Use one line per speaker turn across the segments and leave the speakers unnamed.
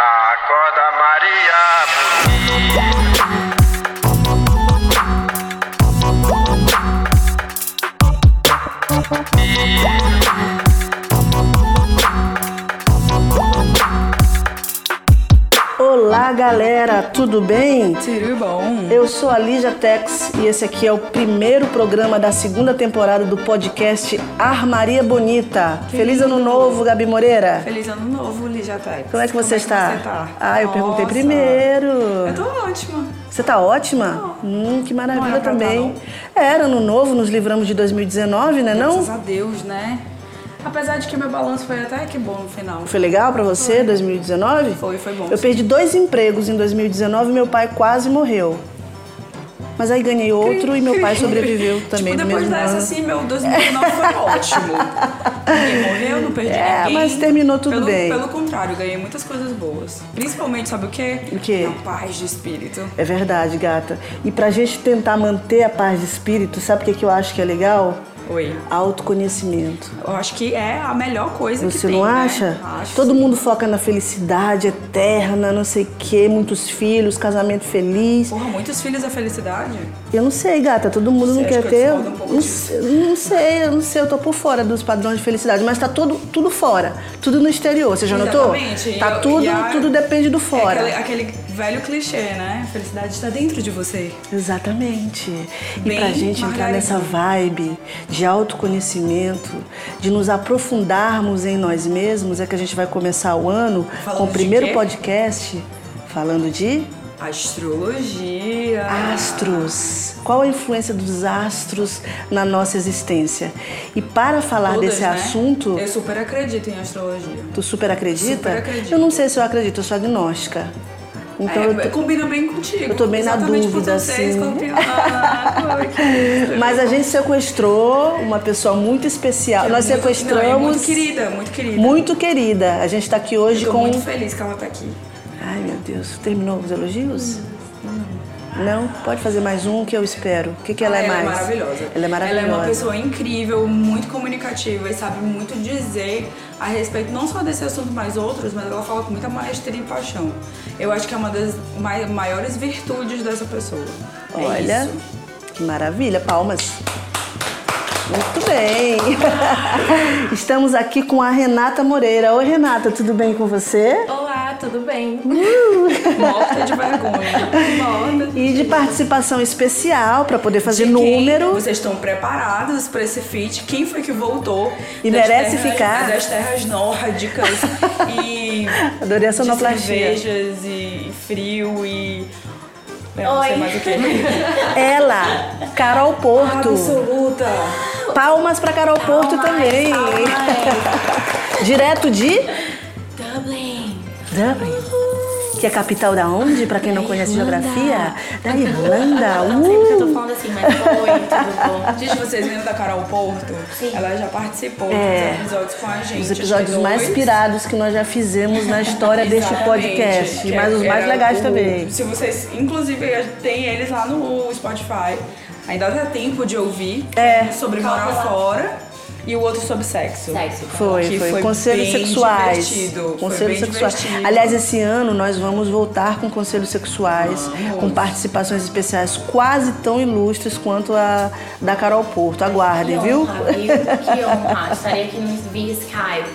Acorda Maria Bonita.
Olá, galera, tudo bem?
Tudo bom?
Eu sou a Lígia Tex e esse aqui é o primeiro programa da segunda temporada do podcast Armaria Bonita. Feliz ano novo, Gabi Moreira.
Feliz ano novo, tá Lígia Tex.
Como é que você está?
Você tá?
Ah, eu perguntei
Nossa.
primeiro.
Eu tô ótima.
Você tá ótima? Hum, que
Não
maravilha
era pra
também.
tá,
É, Era ano novo, nos livramos de 2019, né não?
Graças a Deus, né? Apesar de que meu balanço foi até que bom no final.
Foi legal pra você 2019?
Foi, foi bom.
Eu perdi dois empregos em 2019 e meu pai quase morreu. Mas aí ganhei outro e meu pai sobreviveu também
tipo,
no
depois
mesmo
dessa,
ano.
assim, meu 2019 foi ótimo. Ninguém morreu, não perdi
É,
ninguém.
mas terminou tudo
Pelo-
bem.
Pelo contrário, ganhei muitas coisas boas. Principalmente, sabe o quê?
O quê?
A paz de espírito.
É verdade, gata. E pra gente tentar manter a paz de espírito, sabe o que, que eu acho que é legal?
Oi.
Autoconhecimento.
Eu acho que é a melhor coisa que
Você
tem,
não
né?
acha?
Acho.
Todo mundo foca na felicidade eterna, não sei o quê, muitos filhos, casamento feliz.
Porra, muitos filhos da felicidade?
Eu não sei, gata, todo mundo não
acha
quer
que eu
ter.
discordo um pouco
não,
disso?
sei, não sei, eu não sei, eu tô por fora dos padrões de felicidade, mas tá todo, tudo fora, tudo no exterior, você já notou?
Exatamente. E
Tá
eu-
tudo,
e a-
tudo depende do
É
fora.
aquele, aquele velho clichê, né? A felicidade está dentro de você.
Exatamente. e
Bem
pra gente entrar
margarida.
nessa vibe de autoconhecimento, de nos aprofundarmos em nós mesmos, é que a gente vai começar o ano
Falando
com o
de
primeiro
quê?
podcast falando de
Astrologia.
Ah, tá, astros. Qual a influência dos astros na nossa existência? E para falar
Todas,
desse
né?
assunto,
Eu super acredito em astrologia.
tu super acredita?
Super acredito.
Eu não sei se eu acredito, eu sou agnóstica. Então eu
É,
tô-
combina bem contigo.
eu tô bem na
Exatamente por
dúvida,
você,
assim.
escorpiana. Ai, que-
Mas a gente sequestrou uma pessoa muito especial. Nós
Muito-
sequestramos.
não, é muito querida, muito querida.
Muito querida. A gente tá aqui hoje
Tô
com.
muito feliz que ela tá aqui.
Ai, meu Deus. Terminou os elogios? Não? Pode fazer mais um que eu espero. O que, que ela é mais?
é maravilhosa.
Ela é maravilhosa.
Ela é uma pessoa incrível, muito comunicativa e sabe muito dizer a respeito não só desse assunto, mas outros, mas ela fala com muita maestria e paixão. Eu acho que é uma das mai- maiores virtudes dessa pessoa. É
Olha,
isso.
que maravilha. Palmas. Muito bem. Estamos aqui com a Renata Moreira. Oi, Renata, tudo bem com você?
Olá, tudo bem?
Morta de vergonha.
Moda.
E de participação especial para poder fazer
De quem
número.
Vocês estão preparados pra esse feat? Quem foi que voltou?
E
das
merece
terras- é,
ficar?
Das terras nórdicas e.
Adorei a
de
sonoplastia.
cervejas e frio e. Eu Não sei
Oi.
mais o que.
Ela, Carol
Ah,
Porto.
Absoluta.
Palmas para Carol Porto também. Direto de
Dublin.
Dublin, que é a capital da onde, para quem não
Da
conhece
Irlanda.
geografia? Da Irlanda.
Não sei porque eu tô
Uh!
falando assim, mas oi, tudo
Gente, vocês lembram da Carol Porto?
Sim.
Ela já participou
É.
dos episódios com a gente.
Os
acho
episódios
que
mais
dois.
pirados que nós já fizemos na história deste
Exatamente,
podcast,
que é
mas os
era
mais legais
o-
também.
Se vocês, inclusive, tem eles lá no Spotify. Ainda dá tempo de ouvir
É.
sobre
Calma
morar
lá.
fora e o outro sobre sexo.
bom? Sexo.
Foi,
que
foi.
foi
Conselhos
bem
sexuais.
divertido, foi
Conselhos
bem
sexuais.
divertido.
Aliás, esse ano nós vamos voltar com conselhos sexuais, com participações especiais quase tão ilustres quanto a da Carol Porto. Aguardem,
Que
viu?
honra, viu? Que honra. Estarei aqui no Big Skype.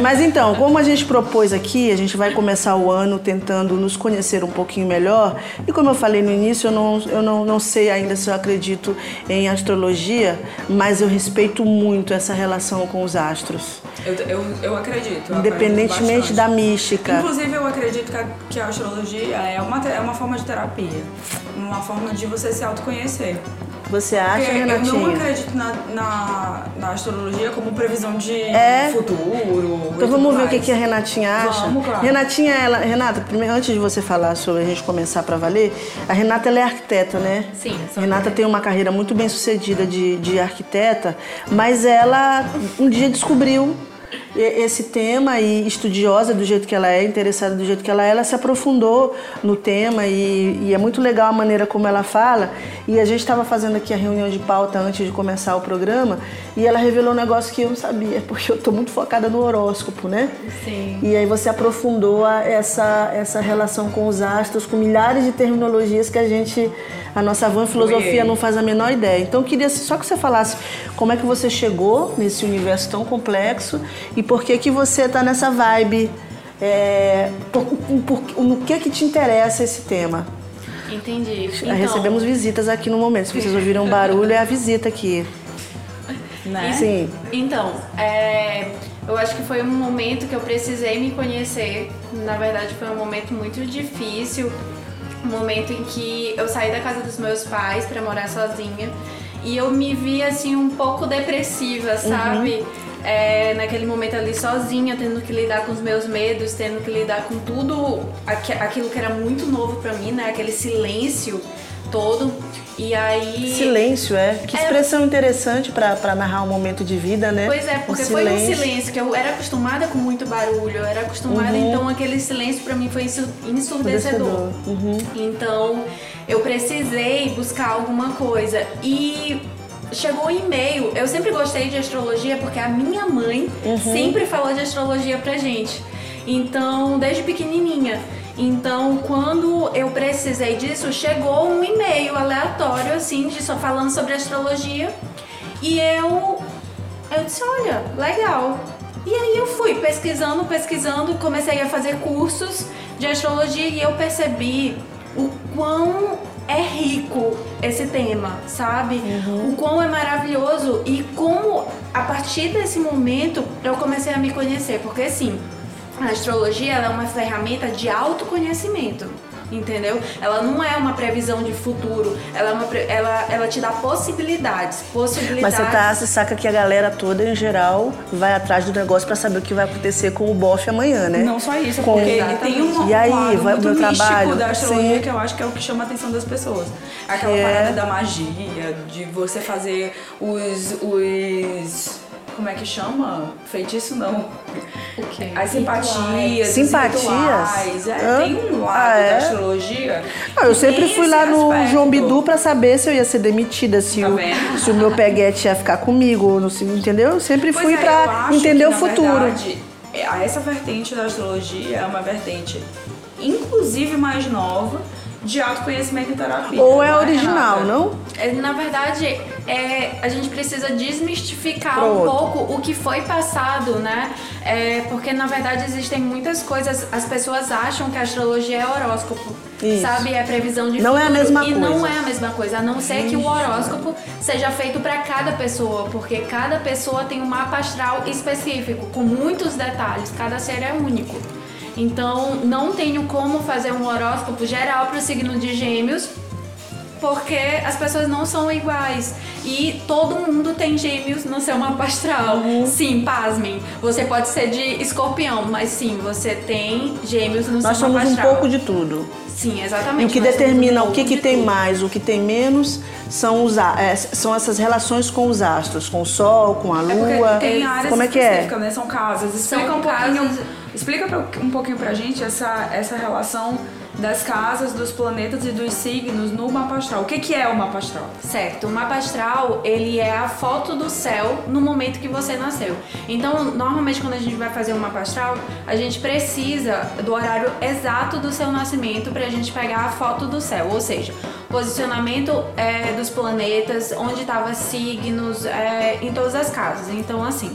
Mas então, como a gente propôs aqui, a gente vai começar o ano tentando nos conhecer um pouquinho melhor. E como eu falei no início, eu não, eu não, não sei ainda se eu acredito em astrologia, mas eu respeito muito essa relação com os astros.
Eu, eu, eu acredito. eu
Independentemente
acredito
da
Tá, bastante.
mística.
Inclusive, eu acredito que a, que a astrologia é uma, te- é uma forma de terapia. Uma forma de você se autoconhecer.
Você
É,
acha,
Porque É, eu não
Renatinha?
acredito na, na, na astrologia como previsão de
É.
futuro.
Então vamos ver o que, que a Renatinha acha.
Vamos, claro.
Renatinha, ela, Renata, primeiro, antes de você falar sobre a gente começar pra valer, a Renata ela é arquiteta, né?
Sim, sou
Renata tem uma carreira muito bem sucedida de, de arquiteta, mas ela um dia descobriu e- esse tema e estudiosa do jeito que ela é, interessada do jeito que ela é, ela se aprofundou no tema e, e é muito legal a maneira como ela fala. E a gente estava fazendo aqui a reunião de pauta antes de começar o programa e ela revelou um negócio que eu não sabia, porque eu tô muito focada no horóscopo, né?
Sim.
E aí você aprofundou a- essa, essa relação com os astros, com milhares de terminologias que a gente, a nossa van filosofia não faz a menor ideia. Então eu queria só que você falasse como é que você chegou nesse universo tão complexo e por que que você está nessa vibe, é, por- por- no que que te interessa esse tema.
Entendi.
Ah,
Então,
Recebemos visitas aqui no momento, se vocês ouviram um barulho, é a visita aqui.
né?
Sim.
Então, é, eu acho que foi um momento que eu precisei me conhecer. Na verdade, foi um momento muito difícil. Um momento em que eu saí da casa dos meus pais pra morar sozinha. E eu me vi, assim, um pouco depressiva, sabe? É, naquele momento ali sozinha, tendo que lidar com os meus medos, tendo que lidar com tudo aqu- aquilo que era muito novo pra mim, né? Aquele silêncio todo. E aí.
Silêncio, é. Que
É.
expressão interessante para narrar um momento de vida, né?
Pois é,
O
porque foi um silêncio que eu era acostumada com muito barulho, eu era acostumada, então aquele silêncio pra mim foi ensu- ensurdecedor.
Ensurdecedor, uhum.
Então eu precisei buscar alguma coisa e chegou um e-mail. Eu sempre gostei de astrologia porque a minha mãe sempre falou de astrologia pra gente. Então, desde pequenininha. Então, quando eu precisei disso, chegou um e-mail aleatório assim, de só falando sobre astrologia. E eu eu disse, olha, legal. E aí eu fui pesquisando, pesquisando, comecei a fazer cursos de astrologia e eu percebi o quão é rico esse tema, sabe?
Uhum.
O quão é maravilhoso e como a partir desse momento eu comecei a me conhecer, porque assim, a astrologia ela é uma ferramenta de autoconhecimento, entendeu? Ela não é uma previsão de futuro, ela, é uma pre- ela, ela te dá possibilidades, possibilidades.
Mas você tá, você saca que a galera toda, em geral, vai atrás do negócio pra saber o que vai acontecer com o bofe amanhã, né?
Não só isso,
Com-
porque ele
Exatamente.
tem um
E aí,
lado
vai o
muito
meu
místico
trabalho?
da astrologia
Sim.
que eu acho que é o que chama a atenção das pessoas. Aquela
É.
parada da magia, de você fazer os... os... como é que chama? Feitiço não.
O quê?
As simpatias, os
Simpatias?
rituais. É,
Hã?
tem um lado
Ah, é?
da astrologia.
Ah, eu sempre
Tem
fui
esse
lá no
aspecto.
João Bidu pra saber se eu ia ser demitida, se,
Tá
o,
vendo?
se o meu peguete ia ficar comigo, ou não se- entendeu? Eu sempre
Pois
fui
é, eu
pra
acho
entender
que,
o
na
futuro.
verdade, é, essa vertente da astrologia é uma vertente, inclusive mais nova, de autoconhecimento e terapia.
Ou é
não
original,
Renata?
não?
É, Na verdade, é, a gente precisa desmistificar
Pronto.
um pouco o que foi passado, né? É, porque na verdade existem muitas coisas. As pessoas acham que a astrologia é horóscopo,
Isso.
sabe? É previsão de
Não é a
futuro,
mesma
e não
coisa.
é a mesma coisa, a não ser que o horóscopo seja feito para cada pessoa, porque cada pessoa tem um mapa astral específico, com muitos detalhes, cada ser é único. Então, não tenho como fazer um horóscopo geral para o signo de Gêmeos, porque as pessoas não são iguais e todo mundo tem gêmeos no seu mapa astral.
Uhum.
Sim, pasmem. Você pode ser de escorpião, mas sim, você tem gêmeos no
é
Nós
seu
somos
mapa
um
astral.
pouco de tudo.
Sim,
E
exatamente.
o que
nós somos um
determina o
pouco
que, que
de
tem
tudo.
mais, o que tem menos, são, os, a- é, são essas relações com os astros, com o sol, com a
É porque
lua.
tem áreas
Como é que é?
específicas, né? São casas.
São
Explica um pouquinho,
casas.
explica pra- um pouquinho pra gente essa, essa relação das casas, dos planetas e dos signos no mapa astral. O que, que é o mapa astral?
Certo, o mapa astral, ele é a foto do céu no momento que você nasceu. Então, normalmente quando a gente vai fazer um mapa astral, a gente precisa do horário exato do seu nascimento pra gente pegar a foto do céu, ou seja, posicionamento é, dos planetas, onde estavam signos, é, em todas as casas. Então, assim,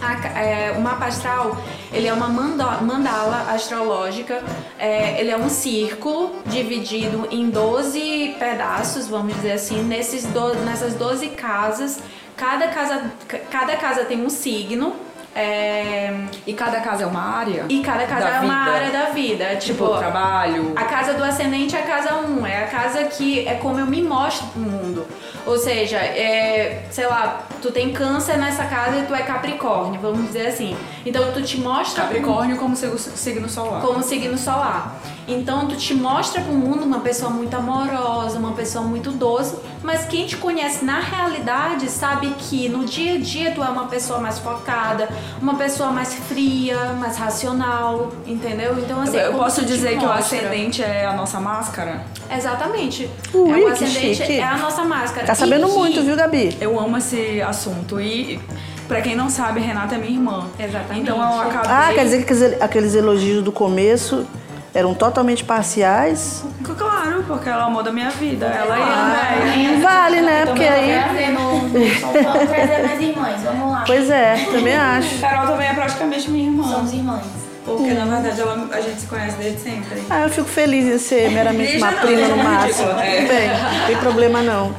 a ca- é, o mapa astral, ele é uma manda- mandala astrológica, é, ele é um círculo dividido em 12 pedaços, vamos dizer assim, nesses do- nessas 12 casas, cada casa, ca- cada casa tem um signo, é,
E cada casa é uma área?
e cada casa
Da
é uma
vida.
área da vida,
Tipo,
tipo
trabalho.
a casa do ascendente é a casa 1, um, é a casa que é como eu me mostro pro mundo. Ou seja, é, sei lá, tu tem câncer nessa casa e tu é capricórnio, vamos dizer assim. Então tu te mostra pro
Capricórnio como sig- signo solar.
como signo solar. Então tu te mostra pro mundo uma pessoa muito amorosa, uma pessoa muito doce, mas quem te conhece na realidade sabe que no dia a dia tu é uma pessoa mais focada, uma pessoa mais fria, mais racional, entendeu? Então assim,
eu
como
posso
tu te
dizer que o
mostra.
ascendente é a nossa máscara?
Exatamente.
Ui,
é o
que
ascendente
chique.
é a nossa máscara.
Tá sabendo
E que-
muito, viu, Gabi?
Eu amo esse assunto e pra quem não sabe, Renata é minha irmã.
Exatamente.
Então eu acabei
Ah, quer dizer que aqueles- aqueles elogios do começo eram totalmente parciais?
Claro, porque ela é o amor da minha vida. Ela é a Andréia.
Vale, né?
Então
Porque aí.
Vamos um- vamos trazer mais irmãs, vamos lá.
Pois é, também acho.
Carol também é praticamente minha irmã.
Somos irmãs.
Porque na verdade ela- a gente se conhece desde sempre.
Ah, eu fico feliz em ser meramente
Deixa
uma
não,
prima
né?
deixa
no
não,
máximo.
ridícula, é.
Tudo bem, não tem problema não.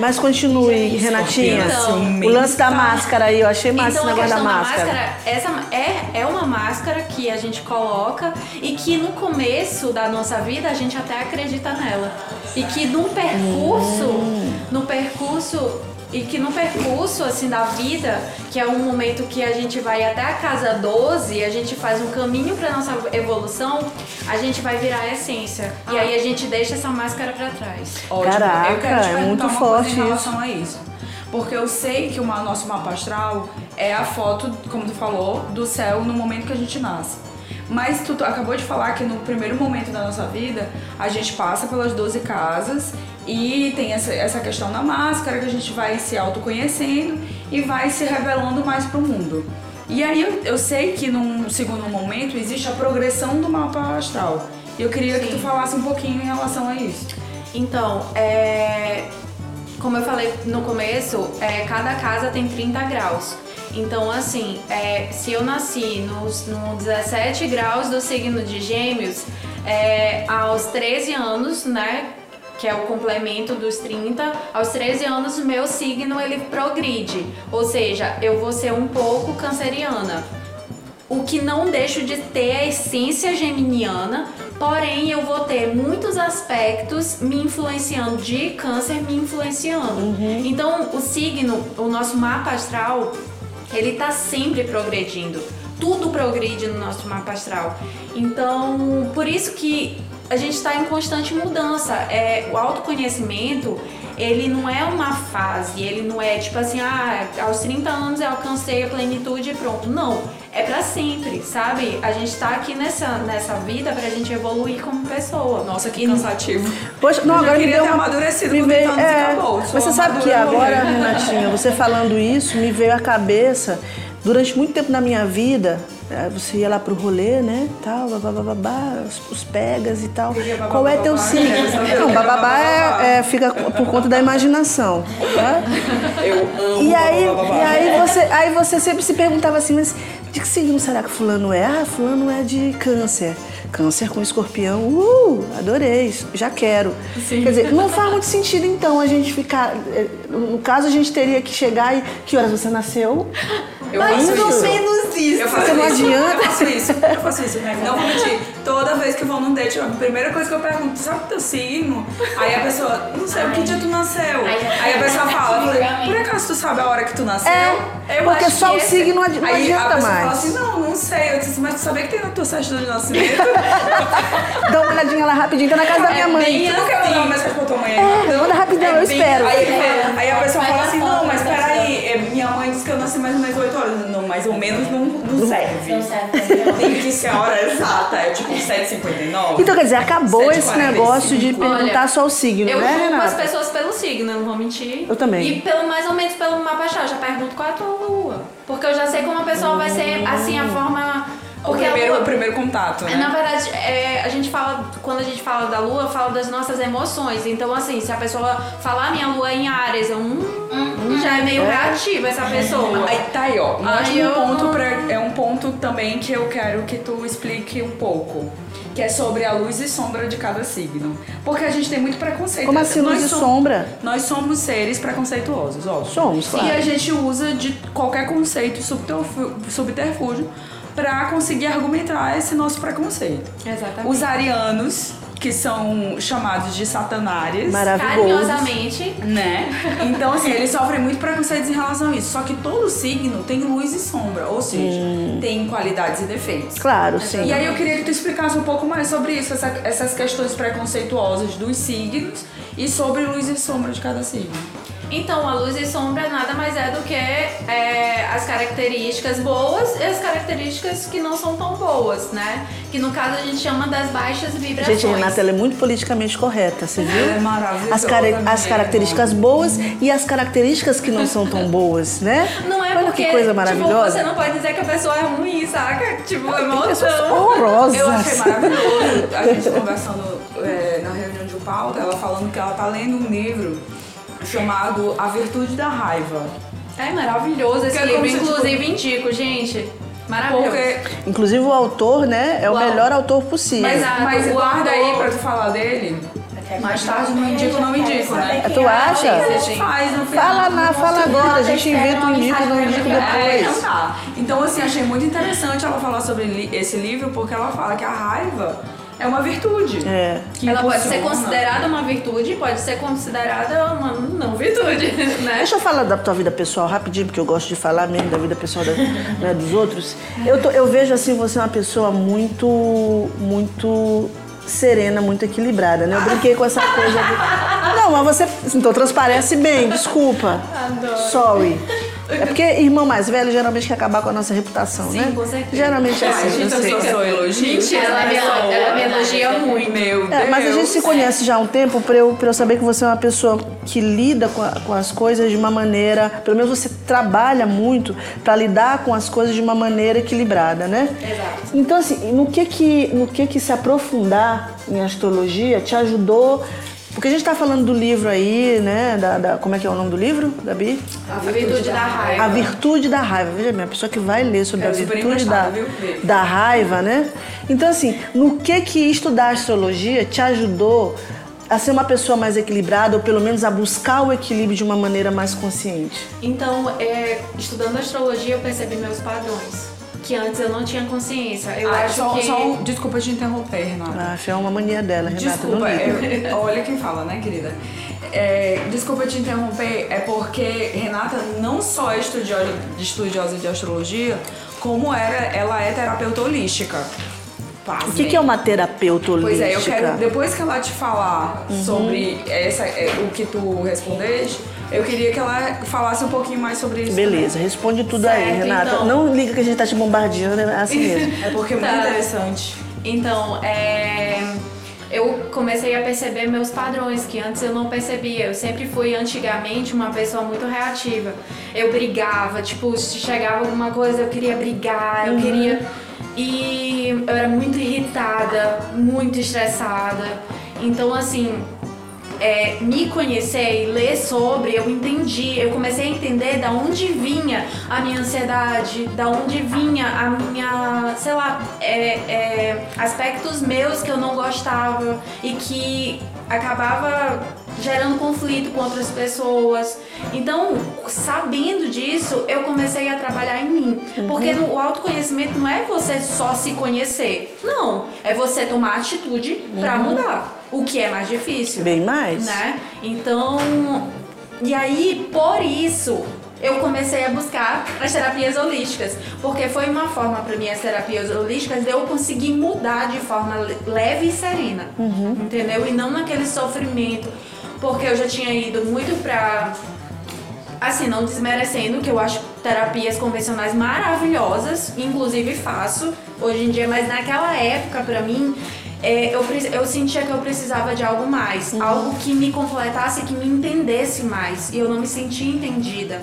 Mas continue, Renatinha. O lance da máscara aí, eu achei massa
Então
esse
a
negócio
questão
da
da máscara,
máscara.
essa é, é uma máscara que a gente coloca e que no começo da nossa vida a gente até acredita nela. E que no percurso,
Hum.
no percurso e que no percurso assim da vida, que é um momento que a gente vai até a casa 12, a gente faz um caminho para nossa evolução, a gente vai virar a essência. E
Ah.
aí a gente deixa essa máscara para trás.
Ótimo.
Caraca,
eu quero
é
te perguntar
muito
uma
forte
coisa em relação a isso. Porque eu sei que o ma- nosso mapa astral é a foto, como tu falou, do céu no momento que a gente nasce. Mas tu tu acabou de falar que no primeiro momento da nossa vida, a gente passa pelas 12 casas e tem essa, essa questão da máscara que a gente vai se autoconhecendo e vai se revelando mais pro mundo. E aí eu, eu sei que num segundo momento existe a progressão do mapa astral. E eu queria que tu falasse um pouquinho em relação a isso.
Então, é, como eu falei no começo, é, cada casa tem 30 graus. Então, assim, é, se eu nasci nos no 17 graus do signo de Gêmeos, é, aos 13 anos, né? Que é o complemento dos 30, aos 13 anos, meu signo ele progride. Ou seja, eu vou ser um pouco canceriana o que não deixo de ter é a essência geminiana, porém eu vou ter muitos aspectos me influenciando de câncer me influenciando. Então o signo, o nosso mapa astral, ele tá sempre progredindo. Tudo progride no nosso mapa astral. Então, por isso que a gente está em constante mudança. É, o autoconhecimento, ele não é uma fase, ele não é tipo assim, ah, aos 30 anos eu alcancei a plenitude e pronto. Não, é pra sempre, sabe? A gente tá aqui nessa, nessa vida pra gente evoluir como pessoa.
Nossa, que
E-
cansativo.
Poxa, não,
Eu já
agora me
queria
deu
ter
uma...
amadurecido
me
com
veio...
30 anos e
é,
acabou.
Mas
Sou
você sabe que
amadura
agora,
mesmo.
Renatinha, você falando isso, me veio à cabeça. Durante muito tempo na minha vida, eh, você ia lá pro rolê, né? Tal, babababá, os- os pegas e tal.
Queria babá,
Qual é teu
babá,
signo?
quero
Não,
saber, quero
bababá
babá, babá.
é, é, fica por conta da imaginação. Tá?
Eu amo.
E aí,
blá, blá, blá,
e
blá.
aí, você, aí você sempre se perguntava assim, mas de que signo será que fulano é? Ah, fulano é de câncer. Câncer com escorpião, uh, adorei, isso, já quero. Quer dizer, não faz muito sentido então a gente ficar. eh, No caso, a gente teria que chegar e. Que horas você nasceu?
Eu faço
ou
isso.
menos isso.
Eu faço
Você não
isso,
adianta.
Eu faço isso, eu faço isso. né? Não vou mentir. Toda vez que eu vou num date, a primeira coisa que eu pergunto, sabe o teu signo? Aí a pessoa, não sei, o que dia tu nasceu? Aí a pessoa fala, por acaso tu sabe a hora que tu nasceu?
É,
Eu
porque
acho
só
que
o
esse-
signo não adi- não
Aí
adianta
a pessoa
mais.
fala assim, não, não sei. Eu disse, mas tu sabia que tem na tua certidão de nascimento?
Dá uma olhadinha lá rapidinho, tá na casa da
É
minha mãe.
Tu não quer mandar uma mensagem pra tua mãe? aí,
É, manda rapidão, eu espero.
Aí, aí a pessoa fala assim, não, mas peraí, é, minha mãe disse que eu nasci mais ou menos 8 horas. Não, mais ou menos não, não serve.
Não serve fazer.
Tem que ser a hora exata, é tipo 7h59.
Então, quer dizer, acabou
Sete e
esse
quarenta e
negócio de
cinco.
perguntar
Olha,
só o signo,
Eu
né,
julgo as
Renata?
pessoas pelo signo, não vou mentir.
Eu também.
E pelo mais ou menos pelo mapa astral, eu já pergunto qual é a tua lua. Porque eu já sei como a pessoa vai ser, assim, a forma...
o
Porque a
primeiro, é
lua-
o primeiro contato,
Na
né?
verdade, é, a gente fala, quando a gente fala da lua, fala das nossas emoções. Então, assim, se a pessoa falar "Ah, minha lua é em Ares, eu, hum, hum", já é meio reativa essa pessoa.
Aí tá aí, ó. Um
Aí
ótimo
eu
ponto
não-
pra, é um ponto também que eu quero que tu explique um pouco. Que é sobre a luz e sombra de cada signo. Porque a gente tem muito preconceito.
Como assim, luz
Nós
e
som-
sombra?
Nós somos seres preconceituosos, ó.
Somos, claro.
E a gente usa de qualquer conceito e subterfu- subterfúgio pra conseguir argumentar esse nosso preconceito.
Exatamente.
Os arianos, que são chamados de satanares.
Maravilhoso.
Carinhosamente.
Né? Então, assim, eles sofrem muito preconceitos em relação a isso. Só que todo signo tem luz e sombra, ou seja, tem qualidades e defeitos.
Hum. Claro, sim.
E aí eu queria que tu explicasse um pouco mais sobre isso, essa- essas questões preconceituosas dos signos e sobre luz e sombra de cada signo.
Então, a luz e sombra nada mais é do que é, as características boas e as características que não são tão boas, né? Que no caso a gente chama das baixas vibrações.
Gente, Renata, ela é muito politicamente correta, você viu?
Ela é maravilhosa
As, cara-
mesmo.
as características boas e as características que não são tão boas, né?
Não é
Olha
porque
que coisa
tipo,
maravilhosa.
você não pode dizer que a pessoa é ruim, saca? Tipo, é mal
pessoas
Eu achei
horrorosas.
maravilhoso a gente conversando é, na reunião de pauta, ela falando que ela tá lendo um livro chamado A Virtude da Raiva.
É maravilhoso esse
Porque é
livro.
como se, tipo-
Inclusive, indico, gente. Maravilhoso.
Porque
Inclusive o autor, né, é o
Uau.
melhor autor possível.
Mas,
Exato.
é, mas
O
guarda
autor-
aí pra tu falar dele. Mais tarde não indico, não indico, né?
tá. Tu acha?
Gente, faz no final.
É. Fala na, fala agora, a gente inventa um indico, não indico
É, então
depois.
tá. Então, assim, achei muito interessante ela falar sobre li- esse livro, porque ela fala que a raiva é uma virtude.
É.
que
Ela pode ser
impulsiona.
considerada uma virtude, pode ser considerada uma não virtude, né?
Deixa eu falar da tua vida pessoal rapidinho, porque eu gosto de falar mesmo da vida pessoal da- né, dos outros. Eu, tô- eu vejo assim, você é uma pessoa muito, muito serena, muito equilibrada, né? Eu brinquei com essa coisa. do- Não, mas você. Então transparece bem, desculpa.
Adoro.
Sorry. É porque irmão mais velho geralmente quer acabar com a nossa reputação,
Sim,
né?
com certeza. Ah,
Geralmente é
Ai,
assim. eu
gente, eu
sei.
sou, sou elogio.
Mentira, ela me, ela, ela me elogia muito.
Meu Deus.
É, mas a gente se conhece já há um tempo pra eu, pra eu saber que você é uma pessoa que lida com, a- com as coisas de uma maneira. Pelo menos você trabalha muito pra lidar com as coisas de uma maneira equilibrada, né? Exato. Então, assim, no que que, no que, que se aprofundar em astrologia te ajudou? Porque a gente tá falando do livro aí, né? Da, da- como é que é o nome do livro, Gabi?
A virtude da raiva.
A Virtude da Raiva. Veja bem, a pessoa que vai ler sobre
É
a
super
virtude da,
emprestado, viu?
da raiva, né? Então, assim, no que que estudar astrologia te ajudou a ser uma pessoa mais equilibrada, ou pelo menos a buscar o equilíbrio de uma maneira mais consciente?
Então, é, estudando astrologia, eu percebi meus padrões. Que antes eu não tinha consciência. Eu
Ah,
acho
só,
que.
só um- desculpa te interromper, Renata.
Ah, Acho que é uma mania dela, Renata.
Desculpa,
não liga.
é- olha quem fala, né, querida? É, desculpa te interromper, é porque Renata não só é estudiosa, estudiosa de astrologia, como era, ela é terapeuta holística.
O que, que é uma terapeuta holística?
Pois é, eu quero, depois que ela te falar sobre
Uhum.
essa, é, o que tu respondeste, eu queria que ela falasse um pouquinho mais sobre isso.
Beleza, responde tudo aí,
Certo,
Renata.
então.
Não liga que a gente tá te bombardeando, é assim mesmo.
também. É porque é muito
Tá.
interessante.
Então, é, eu comecei a perceber meus padrões que antes eu não percebia. Eu sempre fui antigamente uma pessoa muito reativa. Eu brigava, tipo, se chegava alguma coisa eu queria brigar, eu queria e eu era muito irritada, muito estressada. Então, assim, é, me conhecer e ler sobre, eu entendi, eu comecei a entender da onde vinha a minha ansiedade, da onde vinha a minha, sei lá, é, é, aspectos meus que eu não gostava e que acabava gerando conflito com outras pessoas. Então, sabendo disso, eu comecei a trabalhar em mim. Porque no- o autoconhecimento não é você só se conhecer. Não, é você tomar atitude pra mudar, o que é mais difícil
Bem mais?
né? Então, e aí por isso eu comecei a buscar as terapias holísticas, porque foi uma forma para mim as terapias holísticas de eu conseguir mudar de forma le- leve e serena, entendeu? E não naquele sofrimento, porque eu já tinha ido muito pra assim, não desmerecendo, que eu acho terapias convencionais maravilhosas, inclusive faço hoje em dia, mas naquela época, pra mim, é, eu, pre- eu sentia que eu precisava de algo mais, algo que me completasse, que me entendesse mais, e eu não me sentia entendida.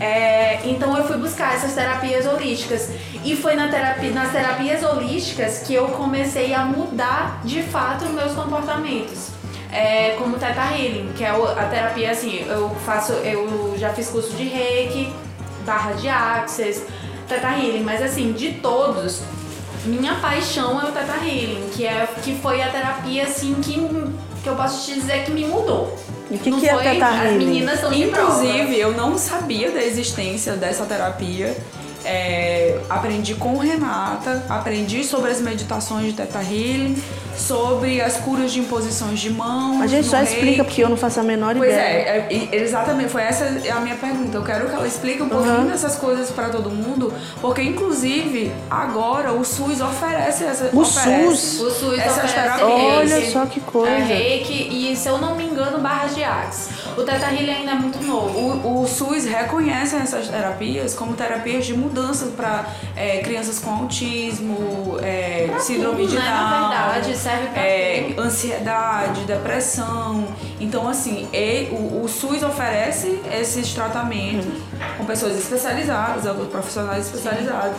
É, então eu fui buscar essas terapias holísticas e foi na terapia, nas terapias holísticas que eu comecei a mudar de fato meus comportamentos é, como Teta Healing, que é o- a terapia assim, eu faço, eu já fiz curso de Reiki, barra de Axis, Teta Healing, mas assim, de todos, minha paixão é o Teta Healing, que, é, que foi a terapia assim que, que eu posso te dizer que me mudou.
E o que
Não
que é
foi-
Theta
As
Healing?
meninas são de prova.
Inclusive, eu não sabia da existência dessa terapia. é, aprendi com Renata, aprendi sobre as meditações de Teta Healing, sobre as curas de imposições de mão.
A gente
no
só explica
reiki.
porque eu não faço a menor
Pois
ideia.
é, é, e- exatamente, foi essa a minha pergunta. Eu quero que ela explique um pouquinho dessas coisas pra todo mundo, porque inclusive agora o SUS oferece essa
O
oferece
SUS?
O SUS
essas
oferece
terapias.
reiki.
Olha só que coisa.
É reiki e, se eu não me engano, barras de axe. O Teta Healing ainda é muito novo.
O, o SUS reconhece essas terapias como terapias de mudança pra é, crianças com autismo, é, síndrome de Down,
tudo, né, na verdade, serve pra
é,
tudo.
ansiedade, depressão. Então, assim, e- o, o SUS oferece esses tratamentos com pessoas especializadas, alguns profissionais especializados.